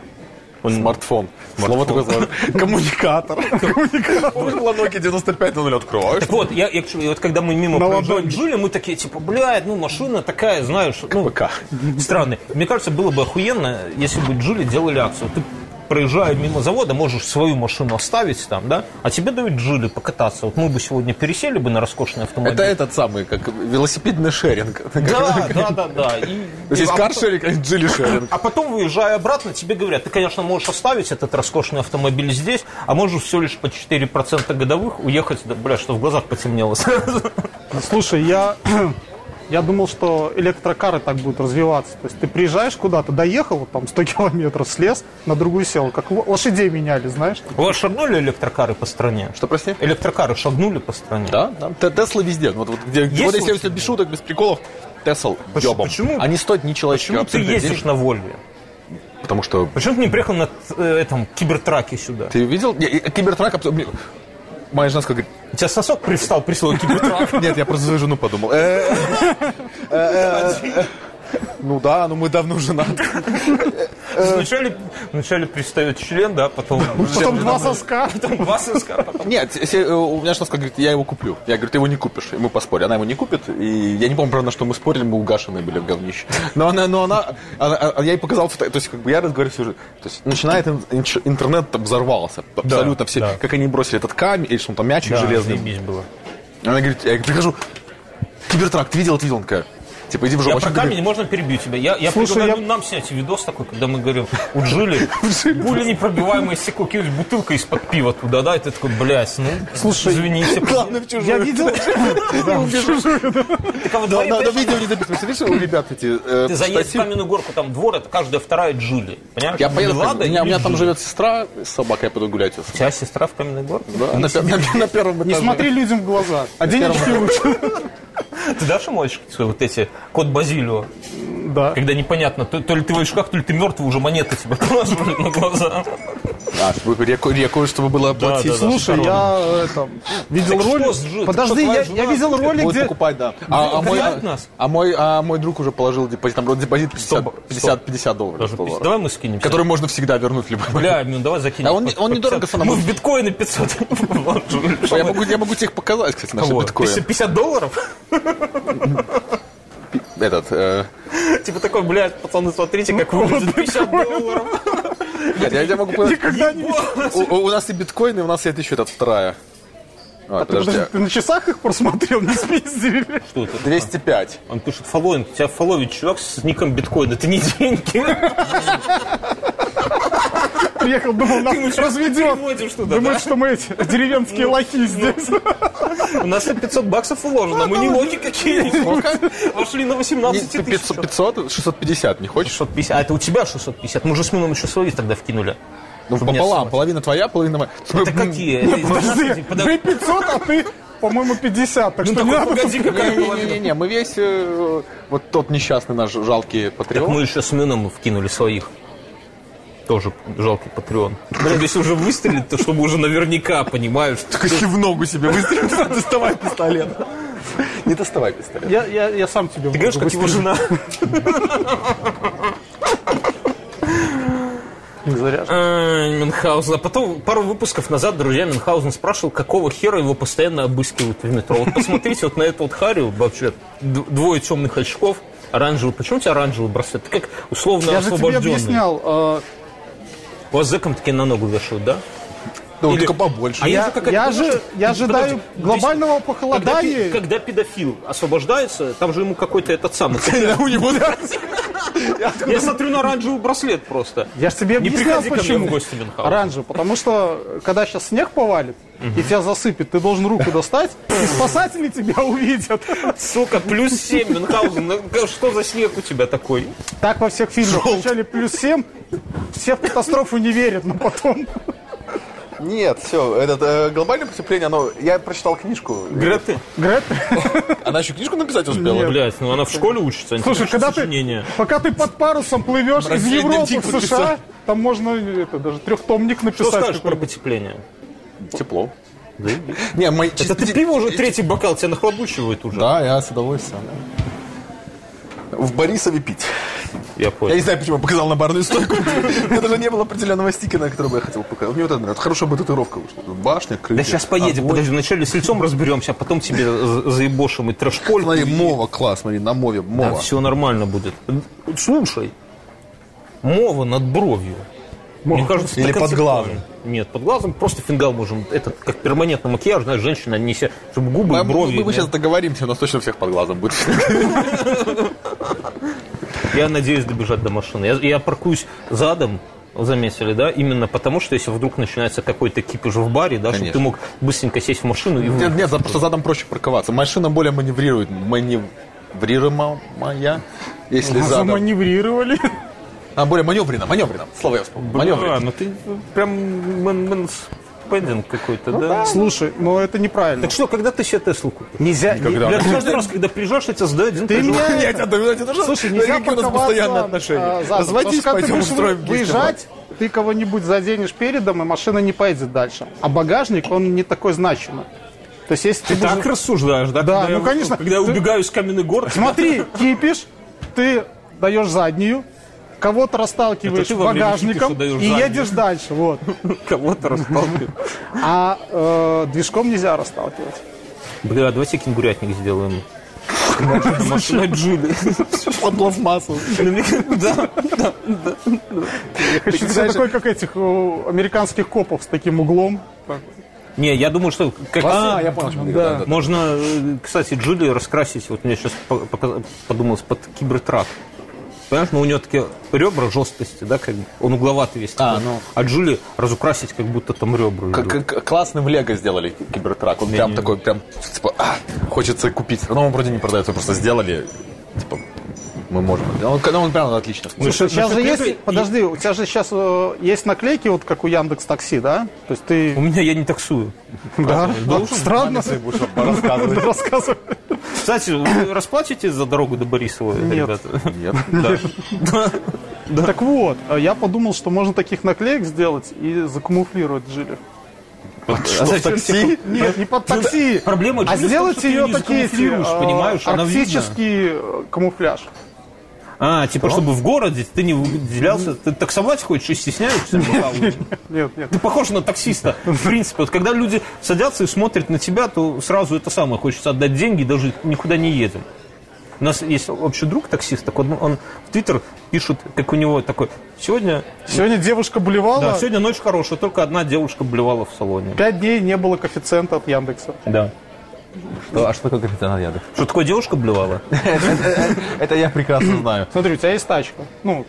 Speaker 1: Он
Speaker 3: Смартфон. Слово такое слово. Коммуникатор. Коммуникатор. Было Nokia 95 0 открываешь.
Speaker 1: Так вот, я, я к чему- и вот когда мы мимо
Speaker 2: На
Speaker 1: проезжаем
Speaker 2: ладони.
Speaker 1: Джули, мы такие, типа, блядь, ну машина такая, знаешь, ну,
Speaker 3: ПК.
Speaker 1: странная. Мне кажется, было бы охуенно, если бы Джули делали акцию. Ты проезжая мимо завода, можешь свою машину оставить там, да, а тебе дают Джули покататься. Вот мы бы сегодня пересели бы на роскошный автомобиль.
Speaker 3: Это этот самый, как велосипедный шеринг.
Speaker 1: Да, да, да, да. И-
Speaker 3: То есть
Speaker 1: а
Speaker 3: есть
Speaker 1: потом-
Speaker 3: каршеринг, а есть джили шеринг.
Speaker 1: а потом, выезжая обратно, тебе говорят, ты, конечно, можешь оставить этот роскошный автомобиль здесь, а можешь всего лишь по 4% годовых уехать, да, бля, что в глазах потемнело сразу.
Speaker 2: Слушай, я, я думал, что электрокары так будут развиваться. То есть ты приезжаешь куда-то, доехал, вот там 100 километров, слез, на другую сел. Как ло- лошадей меняли, знаешь?
Speaker 1: У вас шагнули электрокары по стране?
Speaker 3: Что, прости?
Speaker 1: Электрокары шагнули по стране?
Speaker 3: Да, да. Т- Тесла везде. Ну, Вот, вот где,
Speaker 1: Есть
Speaker 3: вот если
Speaker 1: вот-
Speaker 3: все без шуток, без приколов, Тесл,
Speaker 1: Почему-
Speaker 3: ёбом.
Speaker 1: почему-
Speaker 3: Они стоят не человеческих
Speaker 1: Почему ты
Speaker 3: абсолютно
Speaker 1: ездишь
Speaker 3: денег.
Speaker 1: на Вольве?
Speaker 3: Потому что...
Speaker 1: Почему ты не приехал на э, этом кибертраке сюда?
Speaker 3: Ты видел? Не, и- Кибертрак абсолютно... Моя жена сказала, говорит,
Speaker 1: У тебя сосок привстал при слове кибертрак.
Speaker 3: нет, я про свою жену подумал. Э, э, э, э, э. Ну да, ну мы давно женаты.
Speaker 1: Вначале, вначале пристает член, да, потом...
Speaker 2: Потом два соска.
Speaker 1: Потом два соска, потом
Speaker 3: Нет, се- э, у меня соска говорит, я его куплю. Я говорю, ты его не купишь. И мы поспорили. Она его не купит. И я не помню, правда, на что мы спорили, мы угашенные были в говнище. Но она, но она, она- а я ей показал, фото- то есть как бы я разговариваю сюжет. То есть начинает ин- инш- интернет там взорвался. Абсолютно все.
Speaker 1: да.
Speaker 3: Как они бросили этот камень, или что он там мячик железный.
Speaker 1: заебись было.
Speaker 3: Она говорит, я прихожу, Кибертрак, ты видел, ты видел? Он такая, типа, иди в
Speaker 1: Я
Speaker 3: жопу. А
Speaker 1: про
Speaker 3: что ты
Speaker 1: камень, можно перебью тебя? Я, я
Speaker 2: Слушай,
Speaker 1: предлагаю
Speaker 2: я-
Speaker 1: нам снять видос такой, когда мы говорим, у Джили пуля непробиваемая стекло кинуть бутылка из-под пива туда, да, и ты такой, блядь, ну,
Speaker 2: Слушай,
Speaker 1: извините.
Speaker 3: Главное, в
Speaker 2: Я
Speaker 3: чужую.
Speaker 2: видел... Да, в чужую, да.
Speaker 1: Так, а во
Speaker 3: Да,
Speaker 1: дворе,
Speaker 3: Надо
Speaker 1: понимаешь,
Speaker 3: Ну, видео не записывать. Видишь, у ребят эти э,
Speaker 1: Ты заедешь в
Speaker 3: штатив?
Speaker 1: каменную горку, там двор, это каждая вторая Джули. Понимаешь?
Speaker 3: Я
Speaker 1: Или
Speaker 3: поеду,
Speaker 1: Лада,
Speaker 3: у меня, у меня
Speaker 1: или
Speaker 3: там
Speaker 1: Джули.
Speaker 3: живет сестра с собакой, я пойду гулять её с
Speaker 1: У тебя сестра в каменной горке?
Speaker 3: Да, на, пер- на- на первом
Speaker 2: Не
Speaker 3: этаже.
Speaker 2: смотри людям в глаза. А денежки лучше.
Speaker 1: Ты дашь ему очки свои, вот эти, кот Базилио,
Speaker 2: Да.
Speaker 1: когда непонятно, то, то ли ты в очках, то ли ты мертвый, уже монеты тебе положили на глаза.
Speaker 3: А, чтобы я, ко- я кое-что было оплатить.
Speaker 1: да, да.
Speaker 2: Слушай, я э, там, видел
Speaker 1: Так что
Speaker 2: ролик.
Speaker 1: с Джи-
Speaker 2: Подожди,
Speaker 1: что твоя
Speaker 2: я
Speaker 1: жена
Speaker 2: я видел ролик,
Speaker 3: Будет
Speaker 2: где...
Speaker 3: покупать, да. А, а мой,
Speaker 1: Кидает нас?
Speaker 3: а, мой, а мой друг уже положил депозит, там вроде депозит 50, 50, 50 долларов.
Speaker 1: Даже пиздец.
Speaker 3: долларов,
Speaker 1: Давай мы скинемся.
Speaker 3: Который можно всегда вернуть в любой момент.
Speaker 1: Бля, ну давай закинем.
Speaker 3: А он не-
Speaker 1: по-
Speaker 3: он
Speaker 1: по
Speaker 3: недорого
Speaker 1: 50.
Speaker 3: сам
Speaker 1: Мы
Speaker 3: будет.
Speaker 1: в биткоины 500 вложили.
Speaker 3: Я могу, я могу тебе их показать, кстати, наши
Speaker 1: Кого?
Speaker 3: биткоины.
Speaker 1: 50 долларов?
Speaker 3: Этот, э,
Speaker 1: Типа такой, блядь, пацаны, смотрите, как выглядит 50 долларов.
Speaker 3: я, я могу показать.
Speaker 2: Никогда не видел.
Speaker 3: У, у- у нас и биткоины, у нас и это еще этот вторая. А,
Speaker 2: Ты
Speaker 3: подожди.
Speaker 2: подожди, ты на часах их просмотрел, не спиздили.
Speaker 1: Что это?
Speaker 3: 205.
Speaker 1: Он пишет фолловинг, тебя фолловит чувак с ником биткоин, это не деньги.
Speaker 2: Приехал, думал, нас
Speaker 1: Ты ему щас
Speaker 2: разведет.
Speaker 1: переводишь туда, да? Ну,
Speaker 2: Думает, что мы эти деревенские лохи здесь.
Speaker 1: У нас и 500 баксов уложено, мы не лохи какие-нибудь. Вошли на 18 тысяч.
Speaker 3: 500, 500, 650, не хочешь?
Speaker 1: 650. А это у тебя 650. Мы же с Мином еще свои тогда вкинули.
Speaker 3: Ну,
Speaker 1: Чтобы не
Speaker 3: пополам, половина твоя, половина моя.
Speaker 1: Это какие? Это-
Speaker 2: Подожди,
Speaker 1: подожди,
Speaker 2: мы
Speaker 1: подожди.
Speaker 2: 500, а ты, по-моему, 50. Так
Speaker 1: Ну
Speaker 2: что не
Speaker 1: такой,
Speaker 2: надо...
Speaker 1: погоди, какая была
Speaker 3: Не-не-не, мы весь э, вот тот несчастный наш жалкий
Speaker 1: Так
Speaker 3: патриот.
Speaker 1: Ну, мы еще с Мином вкинули своих. Тоже жалкий патреон. Блин, если уже выстрелит, то чтобы уже наверняка понимаешь.
Speaker 3: Так если в ногу себе выстрелил, доставай пистолет. Не доставай пистолет.
Speaker 2: Я, я, я сам тебе
Speaker 1: Ты говоришь, как его жена. Ай, Мюнхгаузен. А потом пару выпусков назад, друзья, Мюнхгаузен спрашивал, какого хера его постоянно обыскивают в метро. Вот посмотрите вот на эту вот харю, вообще, д- двое темных очков, оранжевый. Почему у тебя оранжевый браслет? Ты как условно
Speaker 2: Я же тебе
Speaker 1: освобожденный.
Speaker 2: объяснял, э,
Speaker 1: У вас зэком такие на ногу вешают, да?
Speaker 3: Да он
Speaker 1: Или-
Speaker 3: только побольше.
Speaker 1: А я,
Speaker 2: Я-
Speaker 1: же какая-то
Speaker 2: я
Speaker 1: думаю,
Speaker 2: же-
Speaker 1: что-
Speaker 2: я ожидаю
Speaker 1: Подожди,
Speaker 2: глобального
Speaker 1: здесь- Когда, пи-
Speaker 2: похолодания.
Speaker 1: когда педофил освобождается, там же ему какой-то этот самый...
Speaker 3: у него, да.
Speaker 1: Я смотрю на оранжевый браслет просто.
Speaker 2: Я же тебе
Speaker 1: Не
Speaker 2: объяснял,
Speaker 1: приходи ко мне
Speaker 2: почему.
Speaker 1: в гости, Мюнхгаузен.
Speaker 2: Оранжевый, потому что, э, когда сейчас снег повалит, и тебя засыпет, ты должен руку достать, и спасатели тебя увидят.
Speaker 1: Сука, плюс 7, Мюнхгаузен. Ну, ка- Что за снег у тебя такой?
Speaker 2: Так во всех фильмах. Вначале плюс 7, все в катастрофу не верят, но потом...
Speaker 3: Нет, все, это глобальное преступление, оно... Я прочитал книжку.
Speaker 1: Греты?
Speaker 2: Грет,
Speaker 3: Она еще книжку написать успела?
Speaker 2: Нет.
Speaker 1: Блять, ну она в школе учится.
Speaker 2: слушай, когда ты, пока ты под парусом плывешь из
Speaker 3: Бразилия
Speaker 2: Европы
Speaker 3: дневник
Speaker 2: в
Speaker 3: написал.
Speaker 2: США, там можно э, это, даже трехтомник написать.
Speaker 1: Что скажешь про
Speaker 2: какой-нибудь.
Speaker 1: потепление?
Speaker 3: Тепло. Не, мои...
Speaker 1: Это ты пиво уже третий бокал, тебя нахлобучивает уже.
Speaker 3: Да, я с удовольствием. В Борисове пить.
Speaker 1: Я
Speaker 3: Я не
Speaker 1: понял.
Speaker 3: знаю, почему я показал на барную стойку. У меня даже не было определенного стикера, который бы я хотел показать. Мне вот это нравится. Хорошая бы татуировка вышла. Башня, крылья.
Speaker 1: Да сейчас поедем,
Speaker 3: огонь.
Speaker 1: подожди, вначале с лицом разберемся, а потом тебе за- заебошим и трэшпольку.
Speaker 3: Смотри, мова, класс, смотри, на мове,
Speaker 1: Да,
Speaker 3: мова.
Speaker 1: все нормально будет. Слушай, мова над бровью. Мне кажется,
Speaker 3: Или
Speaker 1: это
Speaker 3: под глазом.
Speaker 1: концептуально. Нет, под глазом просто фингал можем. Это как перманентный макияж, знаешь, женщина не се- чтобы губы, и
Speaker 3: Мы,
Speaker 1: брови.
Speaker 3: мы- мы
Speaker 1: не-
Speaker 3: сейчас договоримся, у нас точно всех под глазом будет.
Speaker 1: Я надеюсь добежать до машины. Я, я паркуюсь задом, заметили, да? Именно потому, что если вдруг начинается какой-то кипиш в баре, да, чтобы
Speaker 3: Конечно.
Speaker 1: ты мог быстренько сесть в машину и... вы-
Speaker 3: Нет, нет, за- просто задом проще парковаться. Машина более маневрирует, маневрируемая, если задом.
Speaker 2: Заманеврировали.
Speaker 3: А, более маневрена, маневрена. Слово я вспомнил.
Speaker 1: Бля,
Speaker 3: Маневрена.
Speaker 1: ну ты прям мэн- мэнспэдинг какой-то, да?
Speaker 2: Слушай, ну это неправильно.
Speaker 1: Так что, когда ты себе Теслу купишь?
Speaker 2: Нельзя...
Speaker 3: Никогда.
Speaker 1: Бля, ты каждый раз, когда приезжаешь, я тебя задаю один
Speaker 2: Ты
Speaker 1: тот же
Speaker 2: меня-
Speaker 1: вопрос.
Speaker 3: Я тебя догнать, это же-
Speaker 2: Слушай,
Speaker 3: Смотри,
Speaker 2: нельзя
Speaker 3: какие у нас
Speaker 2: парковаться,
Speaker 3: постоянные отношения.
Speaker 2: а, задом.
Speaker 3: Разводись,
Speaker 2: Потому что
Speaker 3: пойдем
Speaker 2: когда ты
Speaker 3: устроим
Speaker 2: будешь
Speaker 3: вместе
Speaker 2: выезжать, ты кого-нибудь заденешь передом, и машина не поедет дальше. А багажник, он не такой значимый. То есть, если ты, будешь-
Speaker 1: Так рассуждаешь, да?
Speaker 2: Да,
Speaker 1: когда
Speaker 2: ну,
Speaker 1: я,
Speaker 2: конечно.
Speaker 1: Когда я
Speaker 2: Ты-
Speaker 1: убегаю из каменной горы,
Speaker 2: Смотри, кипишь, ты даешь заднюю, кого-то расталкиваешь
Speaker 1: Это ты во время
Speaker 2: багажником
Speaker 1: фикуса даешь
Speaker 2: и
Speaker 1: заднюю.
Speaker 2: едешь дальше, вот.
Speaker 1: Кого-то расталкивает.
Speaker 2: А э, движком нельзя расталкивать.
Speaker 1: Бля, давайте кенгурятник сделаем. Машина Джули.
Speaker 3: Под пластмассу.
Speaker 1: Да, да, да.
Speaker 2: Ты всё такой, как этих э, американских копов с таким углом.
Speaker 1: Не, я думаю, что как
Speaker 3: А, я понял, о чем ты говоришь, да, да, да.
Speaker 1: можно, э, кстати, Джули раскрасить. Вот мне сейчас подумалось под кибертрак. Понимаешь, но у него такие ребра жесткости, да, как бы. Он угловатый весь.
Speaker 3: А,
Speaker 1: такой.
Speaker 3: ну.
Speaker 1: а Джули разукрасить, как будто там ребра.
Speaker 3: Как-
Speaker 1: идут.
Speaker 3: как- классным Лего сделали Кибертрак. Он прям такой, прям, типа, «А, хочется купить. Но он вроде не продается, просто сделали, типа, мы можем. Он, он прям отлично.
Speaker 1: Ну, что-
Speaker 2: Слушай,
Speaker 1: ну,
Speaker 2: сейчас же
Speaker 1: что
Speaker 2: есть,
Speaker 1: первый-
Speaker 2: подожди, у тебя же сейчас э, есть наклейки, вот как у Яндекс Такси, да? То есть
Speaker 1: У
Speaker 2: ты...
Speaker 1: меня я не таксую.
Speaker 2: Да, да, странно.
Speaker 3: рассказывать.
Speaker 2: Рассказывай.
Speaker 1: Кстати, вы расплатитесь за дорогу до Борисова,
Speaker 2: Нет.
Speaker 1: ребята?
Speaker 3: Нет.
Speaker 1: Да.
Speaker 2: Так вот, э, я подумал, что можно таких наклеек сделать и закамуфлировать Джили.
Speaker 1: А
Speaker 3: в
Speaker 1: зачем
Speaker 3: такси?
Speaker 1: тебе-
Speaker 2: Нет, не под такси.
Speaker 1: Проблема
Speaker 2: А
Speaker 1: Джули в том,
Speaker 2: сделайте
Speaker 1: что ты
Speaker 2: ее
Speaker 1: не
Speaker 2: такие эти,
Speaker 1: закамуфлируешь,
Speaker 2: э,
Speaker 1: понимаешь? Она видна.
Speaker 2: арктический э, камуфляж.
Speaker 1: А, типа, чтобы в городе ты не выделялся. Ты таксовать хочешь и стесняешься? бухал?
Speaker 2: Нет, нет.
Speaker 1: Ты похож на таксиста, в принципе. Вот когда люди садятся и смотрят на тебя, то сразу это самое, хочется отдать деньги, и даже никуда не едем. У нас есть общий друг таксист, так он, он в Твиттер пишет, как у него такой, сегодня,
Speaker 2: Сегодня девушка
Speaker 1: да,
Speaker 2: блевала,
Speaker 1: сегодня ночь хорошая, только одна девушка блевала в салоне.
Speaker 2: пять дней не было коэффициента от Яндекса.
Speaker 1: Да.
Speaker 4: А что такое капитан Яндекс?
Speaker 1: Что такое девушка блевала?
Speaker 4: Это я прекрасно знаю.
Speaker 2: Смотри, у тебя есть тачка. Ну,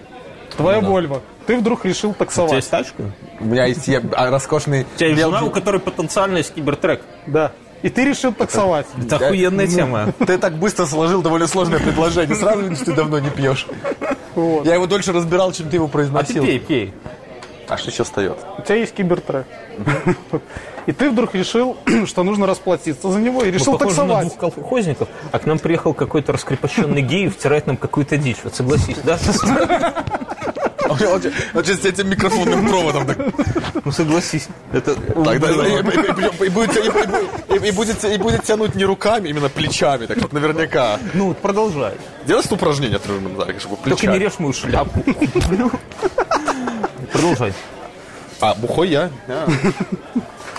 Speaker 2: твоя Вольво. Ты вдруг решил
Speaker 1: У тебя
Speaker 2: таксовать.
Speaker 1: есть тачка?
Speaker 4: У меня есть я- а, роскошный...
Speaker 1: У тебя есть жена,
Speaker 4: белый-
Speaker 1: у которой потенциально есть кибертрек.
Speaker 2: Да. И ты решил таксовать.
Speaker 1: Это охуенная тема.
Speaker 3: Ты так быстро сложил довольно сложное предложение. Сразу видно, что ты давно не пьешь.
Speaker 2: Вот.
Speaker 3: Я его дольше разбирал, чем ты его
Speaker 1: А ты
Speaker 3: произносил.
Speaker 1: пей, пей.
Speaker 4: А что сейчас встает?
Speaker 2: У тебя есть кибертрек. И ты вдруг решил, что нужно расплатиться за него, и решил
Speaker 1: Мы похожи Ну, на
Speaker 2: таксовать.
Speaker 1: двух колхозников, а к нам приехал какой-то раскрепощенный гей и втирает нам какую-то дичь. Вот согласись, да?
Speaker 3: Он а сейчас с этим микрофонным проводом так.
Speaker 1: Ну согласись. Это
Speaker 3: Так, да,
Speaker 1: было.
Speaker 3: и- и- и- и будет- и- и- и- и будет- И будет тянуть не руками, именно плечами, так вот наверняка.
Speaker 1: Ну, вот продолжай.
Speaker 3: Делаешь упражнение от Рюмина, да, чтобы
Speaker 1: Только не
Speaker 3: плечами.
Speaker 1: режь мою шляпу. Ну. Продолжай.
Speaker 3: А, бухой я. А.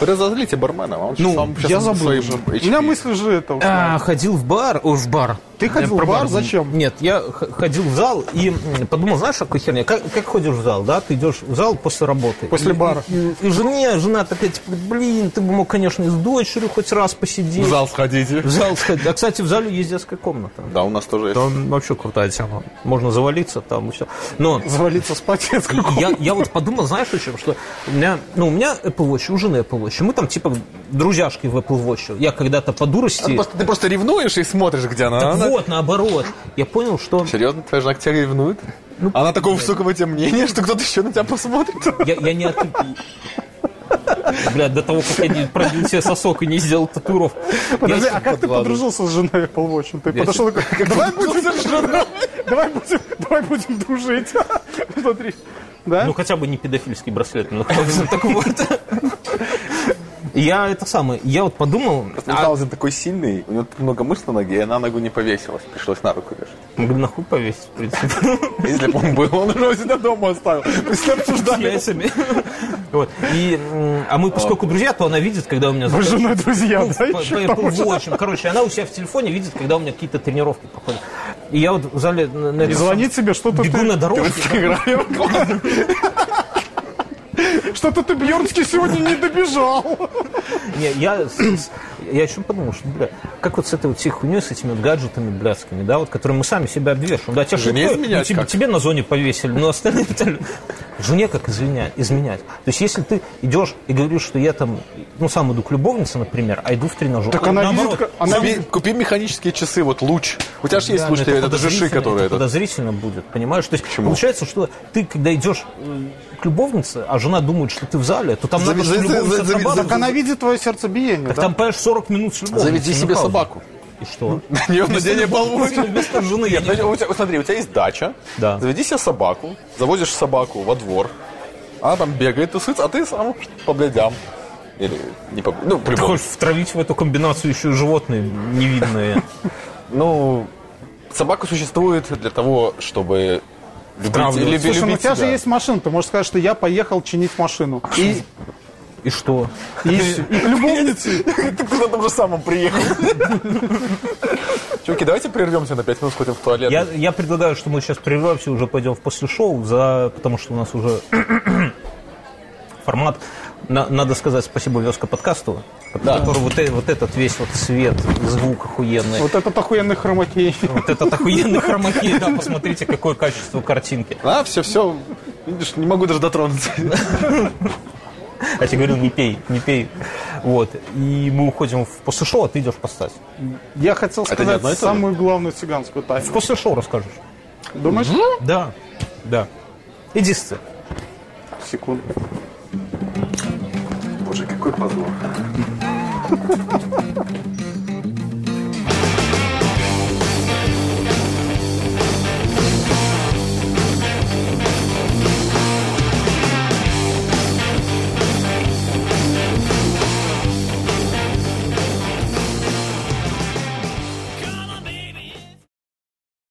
Speaker 3: Разозлите
Speaker 4: а
Speaker 3: бармена. Он
Speaker 2: Ну,
Speaker 3: сам сейчас
Speaker 2: я забыл.
Speaker 3: своим
Speaker 2: уже.
Speaker 3: HP.
Speaker 2: У меня мысли же это. уже.
Speaker 1: А, ходил в бар, о, в бар.
Speaker 2: Ты ходил
Speaker 1: Я про
Speaker 2: в бар? Зачем?
Speaker 1: Нет, я х- ходил в зал и м, подумал, знаешь, какой херня, как, как ходишь в зал, да, ты идешь в зал после работы.
Speaker 2: После
Speaker 1: И-
Speaker 2: бара.
Speaker 1: И, и жене, жена такая, типа, блин, ты бы мог, конечно, и с дочерью хоть раз посидеть.
Speaker 3: В зал сходите.
Speaker 1: В зал сходить. А, кстати, в зале есть детская комната.
Speaker 4: Да, у нас тоже есть.
Speaker 1: Там вообще крутая тема. Можно завалиться там и все. Но
Speaker 2: Завалиться спать. я сказал.
Speaker 1: я, я вот подумал, знаешь, о чем? Что у меня, ну, у меня Apple Watch, у жены Apple Watch. Мы там типа друзьяшки в Apple Watch. Я когда-то по
Speaker 3: Ты
Speaker 1: дурости...
Speaker 3: просто- Ты просто ревнуешь и смотришь, где она.
Speaker 1: Так
Speaker 3: Она-
Speaker 1: вот, наоборот. Я понял, что
Speaker 3: Серьезно, твоя жена к тебе ревнует?
Speaker 1: Ну,
Speaker 3: Она такого высокого тебя мнения, что кто-то еще на тебя посмотрит.
Speaker 1: я, я не от... Бля, до того, как я не пробил себе сосок и не сделал татуировку.
Speaker 2: Подожди,
Speaker 1: Я-
Speaker 2: а как ты подружился с женой Apple Watch? Ну, Ты подошел и такой, давай будем, давай будем, давай будем дружить. Смотри. Да?
Speaker 1: Ну, хотя бы не педофильский браслет. но хотя бы так вот. Я это самое, я вот подумал,
Speaker 2: А-
Speaker 1: «Ну,
Speaker 3: А
Speaker 4: Мюнхгаузен Ну, такой сильный, у него так много мышц на ноге, и она ногу не повесилась. Пришлось на руку вешать.
Speaker 1: могли бы нахуй повесить, в принципе.
Speaker 4: Если бы он был, он уже у себя дома оставил.
Speaker 1: с яйцами. Вот. И, м, а мы, поскольку друзья, то она видит, когда у меня...
Speaker 2: Вы с женой друзья,
Speaker 1: Ну,
Speaker 2: да?
Speaker 1: по-
Speaker 2: еще
Speaker 1: по-
Speaker 2: к
Speaker 1: по-
Speaker 2: тому же?
Speaker 1: в общем, короче, она у себя в телефоне видит, когда у меня какие-то тренировки проходят. И я вот в зале... на- на-
Speaker 2: И звонит тебе, что-то
Speaker 1: Бегу
Speaker 2: ты,
Speaker 1: на дорожке.
Speaker 2: что-то ты Бьернский сегодня не добежал.
Speaker 1: Не, я, с- с- я еще подумал, что, бля, как вот с этой вот всей хуйней, с этими вот гаджетами блядскими, да, вот, которые мы сами себя обвешиваем. Да, тебя
Speaker 3: Жене
Speaker 1: шуткуют,
Speaker 3: изменять
Speaker 1: ну, тебе,
Speaker 3: как?
Speaker 1: тебе на зоне повесили, но остальные... Жене как изменять, изменять. То есть, если ты идешь и говоришь, что я там, ну, сам иду к любовнице, например, а иду в тренажер.
Speaker 2: Так
Speaker 1: Ой,
Speaker 2: она
Speaker 1: наоборот,
Speaker 2: видит, как- она
Speaker 3: Купи,
Speaker 2: видит-
Speaker 3: купи механические часы, вот луч. У тебя же есть луч,
Speaker 1: Реально,
Speaker 3: это, это же
Speaker 1: подозрительно,
Speaker 3: ши, который
Speaker 1: ну, это
Speaker 3: этот.
Speaker 1: подозрительно будет, понимаешь? То есть получается, что ты, когда идешь м, к любовнице, а жена думает, что ты в зале, то там надо
Speaker 3: Завези-
Speaker 1: же любовница
Speaker 3: завези- завези-
Speaker 1: отрабатывать.
Speaker 2: Так она видит твое сердцебиение,
Speaker 1: Так
Speaker 2: да?
Speaker 1: там, понимаешь, 40 минут с любовницей.
Speaker 3: Заведи
Speaker 1: ну,
Speaker 3: себе
Speaker 1: пауза.
Speaker 3: собаку.
Speaker 1: И что?
Speaker 3: На нее надень
Speaker 1: Вместо
Speaker 3: оболочку.
Speaker 1: вместо
Speaker 3: Ну,
Speaker 1: жены я
Speaker 4: Значит,
Speaker 1: не-
Speaker 4: у тебя- вот Смотри, у тебя есть дача,
Speaker 1: Да.
Speaker 4: заведи себе собаку,
Speaker 3: Завозишь собаку во двор. Она там бегает и сытся, а ты сам по блядям. Или не по... Ну,
Speaker 1: Ты
Speaker 3: по
Speaker 1: хочешь втравить в эту комбинацию еще и животные невидные.
Speaker 3: Ну, собака существует для того, чтобы Любитель, люби-
Speaker 2: Слушай, ну у
Speaker 3: любить
Speaker 2: тебя же
Speaker 3: себя.
Speaker 2: есть машина, ты можешь сказать, что я поехал чинить машину. И,
Speaker 1: И что? э,
Speaker 2: и, всё. и к любому...
Speaker 3: Ты на том же самом приехал. Чуваки, давайте прервемся на 5 минут, сходим в туалет.
Speaker 1: Я, я предлагаю, что мы сейчас прервемся и уже пойдем в после шоу, за... потому что у нас уже формат. На- надо сказать спасибо Веска подкасту, под который вот, э- вот этот весь вот свет, звук охуенный.
Speaker 2: Вот этот охуенный хромакей.
Speaker 1: Вот этот охуенный хромакей, да, посмотрите, какое качество картинки.
Speaker 3: А, все, все. Видишь, не могу даже дотронуться.
Speaker 1: А я тебе говорил, не пей, не пей. Вот. И мы уходим в после шоу, а ты идешь поставь.
Speaker 2: Я хотел
Speaker 3: А не
Speaker 2: сказать
Speaker 3: одно и то же?
Speaker 2: самую главную цыганскую
Speaker 1: В
Speaker 2: тайну.
Speaker 1: после шоу расскажешь.
Speaker 2: Думаешь?
Speaker 1: Да, да. Иди с цены.
Speaker 2: Секунду.
Speaker 3: Боже, какой позор.